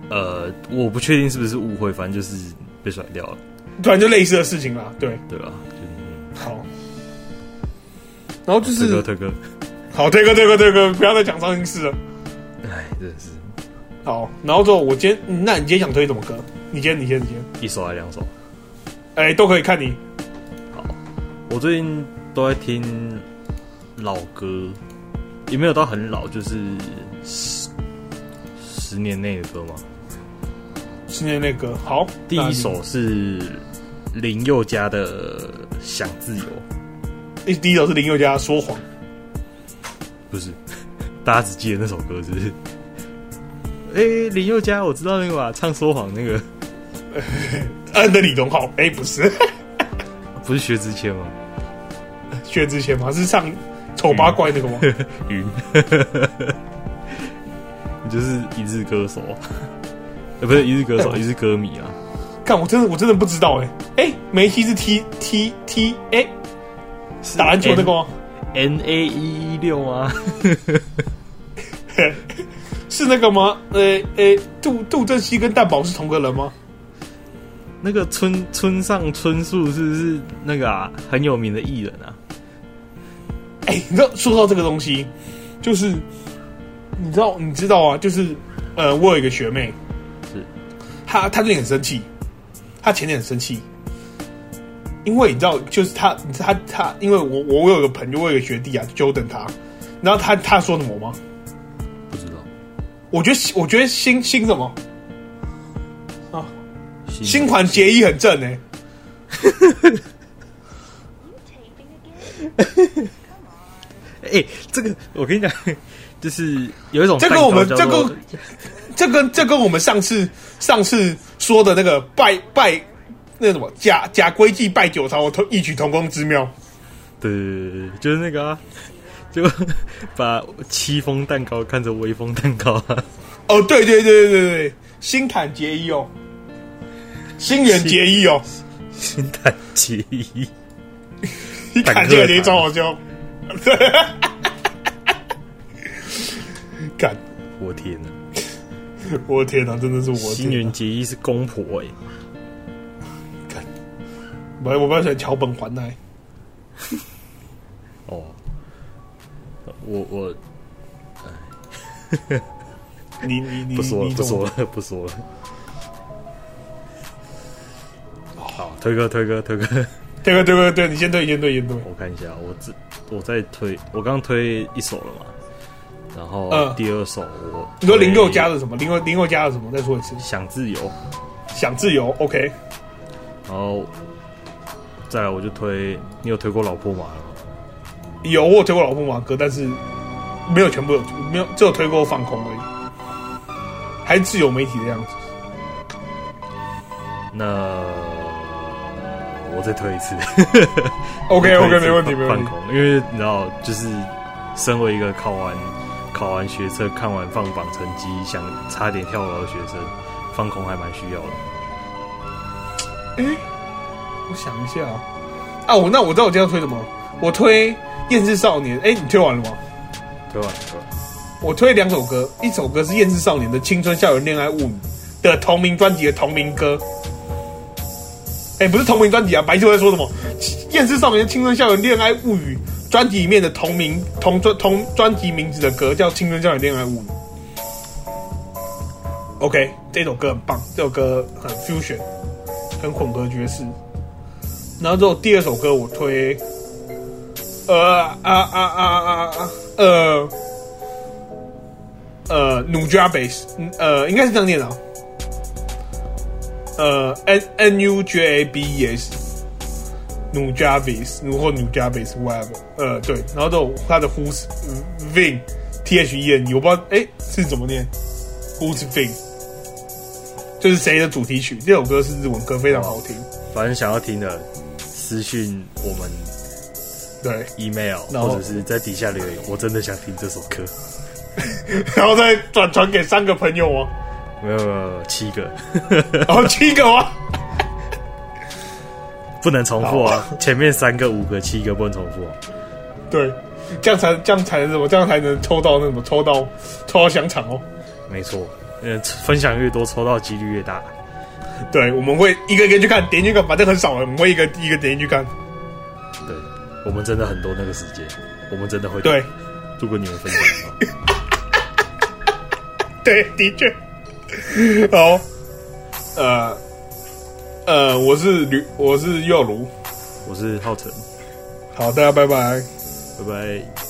[SPEAKER 5] 呃，我不确定是不是误会，反正就是被甩掉了，
[SPEAKER 4] 突然就类似的事情啦。对，
[SPEAKER 5] 对吧？就
[SPEAKER 4] 好。然后就是是
[SPEAKER 5] 推哥推哥，
[SPEAKER 4] 好，这个这个这个，不要再讲伤心事了。
[SPEAKER 5] 哎，真的是
[SPEAKER 4] 好，然后之后我今天，嗯那你今天想推什么歌？你先，你先，你先，
[SPEAKER 5] 一首还两首。
[SPEAKER 4] 哎、都可以看你。
[SPEAKER 5] 我最近都在听老歌，也没有到很老，就是十十年内的歌嘛。
[SPEAKER 4] 今天那个好，
[SPEAKER 5] 第
[SPEAKER 4] 那
[SPEAKER 5] 一
[SPEAKER 4] 你
[SPEAKER 5] 首是林宥嘉的《想自由》，
[SPEAKER 4] 第第一首是林宥嘉说谎，
[SPEAKER 5] 不是， [LAUGHS] 大家只记得那首歌，是不 [LAUGHS] 是？哎、林宥嘉，我知道那个吧，唱说谎那个，
[SPEAKER 4] 嗯的李荣浩，哎、不是 [LAUGHS]
[SPEAKER 5] 不是薛之谦吗？
[SPEAKER 4] 薛之谦吗？是唱丑八怪那个吗？[LAUGHS]
[SPEAKER 5] [LAUGHS] 嗯云，你 [LAUGHS] 就是一日歌手， [LAUGHS] 呃，不是一日歌 [LAUGHS] 手，一日歌迷啊。
[SPEAKER 4] 看、我真的我真的不知道哎、哎、梅西是 T T T 哎、打篮球那个吗？
[SPEAKER 5] N A 一一六啊，
[SPEAKER 4] 是那个吗？呃、呃、杜杜振熙跟蛋宝是同个人吗？
[SPEAKER 5] [LAUGHS] 那个村村上春树是不是那个啊很有名的艺人啊？
[SPEAKER 4] 哎、你知道说到这个东西，就是你知道你知道啊，就是呃，我有一个学妹，
[SPEAKER 5] 是
[SPEAKER 4] 她她最近很生气，她前天很生气，因为你知道，就是她她她，因为我我我有一个朋友，我有一个学弟啊，就等她，然后她她说什么吗？
[SPEAKER 5] 不知道，
[SPEAKER 4] 我觉得我觉得新新什么新
[SPEAKER 5] 新
[SPEAKER 4] 款结衣很正哎、
[SPEAKER 5] 哎、这个我跟你讲，就是有一种
[SPEAKER 4] 这个
[SPEAKER 5] 蛋糕
[SPEAKER 4] 我们
[SPEAKER 5] 叫
[SPEAKER 4] 这
[SPEAKER 5] 做
[SPEAKER 4] 个这跟这跟我们上次上次说的那个拜拜那什么假假规矩拜九朝，我同异曲同工之妙。
[SPEAKER 5] 对对对对，就是那个啊，就把戚风蛋糕看成微风蛋糕啊，
[SPEAKER 4] 哦，对对对对对对，新坎结衣哦，新垣结衣哦，
[SPEAKER 5] 新坦结衣，
[SPEAKER 4] 你砍这个你找我就，对， [LAUGHS] 干，
[SPEAKER 5] 我天呐，
[SPEAKER 4] 我的天哪，真的是我的
[SPEAKER 5] 新
[SPEAKER 4] 天
[SPEAKER 5] 垣
[SPEAKER 4] 哪，
[SPEAKER 5] 结衣是公婆哎、
[SPEAKER 4] 我我不要选桥本环奈，
[SPEAKER 5] 哦，我我
[SPEAKER 4] 你你你
[SPEAKER 5] 不说了
[SPEAKER 4] 你
[SPEAKER 5] 不
[SPEAKER 4] 懂
[SPEAKER 5] 说了不说了，好，推哥推哥推哥。
[SPEAKER 4] 对对对对，你先对你先对你先对，
[SPEAKER 5] 我看一下，我这我在推，我刚推一首了嘛，然后
[SPEAKER 4] 嗯
[SPEAKER 5] 第二首我
[SPEAKER 4] 你说林宥嘉的什么？林宥林宥嘉的什么？再说一次
[SPEAKER 5] 推，想自由，
[SPEAKER 4] 想自由，OK。
[SPEAKER 5] 然后再来我就推，你有推过老婆马了吗？
[SPEAKER 4] 有我有推过老布马歌，但是没有全部有，没有只有推过放空而已，还是自由媒体的样子。
[SPEAKER 5] 那我再推一次
[SPEAKER 4] OK
[SPEAKER 5] 再推 [LAUGHS]
[SPEAKER 4] OK，
[SPEAKER 5] 一次
[SPEAKER 4] 没问题
[SPEAKER 5] 放
[SPEAKER 4] 没问题
[SPEAKER 5] 放。空，因为你知道，就是身为一个考完考完学测、看完放榜成绩，想差点跳楼的学生，放空还蛮需要的。
[SPEAKER 4] 哎、我想一下啊，啊我那我知道我今天要推什么，我推《厌世少年》哎、你推完了吗？
[SPEAKER 5] 推完推完，
[SPEAKER 4] 我推两首歌，一首歌是《厌世少年的青春校园恋爱物语》的同名专辑的同名歌。哎、不是同名专辑啊，白痴我在说什么？《厌世少年的青春校园恋爱物语》专辑里面的同名同专同专辑名字的歌叫《青春校园恋爱物语》。OK，这首歌很棒，这首歌很 fusion，很混合爵士。然后之后第二首歌我推，呃啊啊啊啊啊呃。呃 n u j a Base，嗯呃，应该是这样念的、哦。呃，N N U J A B E S。努加比斯，或努加比斯，whatever，呃，对，然后这种它的 Who's Vin T H E N，我不知道，哎，是怎么念？Who's Vin，就是谁的主题曲？这首歌是日文歌，非常好听。
[SPEAKER 5] 反正想要听的私讯我们
[SPEAKER 4] 对，
[SPEAKER 5] email，
[SPEAKER 4] 然后
[SPEAKER 5] 或者是在底下留言，我真的想听这首歌。
[SPEAKER 4] 然后再转传给三个朋友哦，
[SPEAKER 5] 没有没有没有七 [LAUGHS] 个，
[SPEAKER 4] 然后七个哦，
[SPEAKER 5] 不能重复啊！前面三个、五个、七个不能重复、啊。
[SPEAKER 4] 对，这样才这样才能什么？这样才能抽到那什么？抽到抽到香肠哦。
[SPEAKER 5] 没错，呃，分享越多，抽到几率越大。
[SPEAKER 4] 对，我们会一个一个去看，点进去看，反正很少了，我们会一个一个点进去看。
[SPEAKER 5] 对，我们真的很多那个时间，我们真的会。
[SPEAKER 4] 对，
[SPEAKER 5] 如果你们分享的话，
[SPEAKER 4] 对，的确。 [LAUGHS] 好，呃呃，我是吕，我是右如。
[SPEAKER 5] 我是浩辰，
[SPEAKER 4] 好，大家拜拜。
[SPEAKER 5] 拜拜。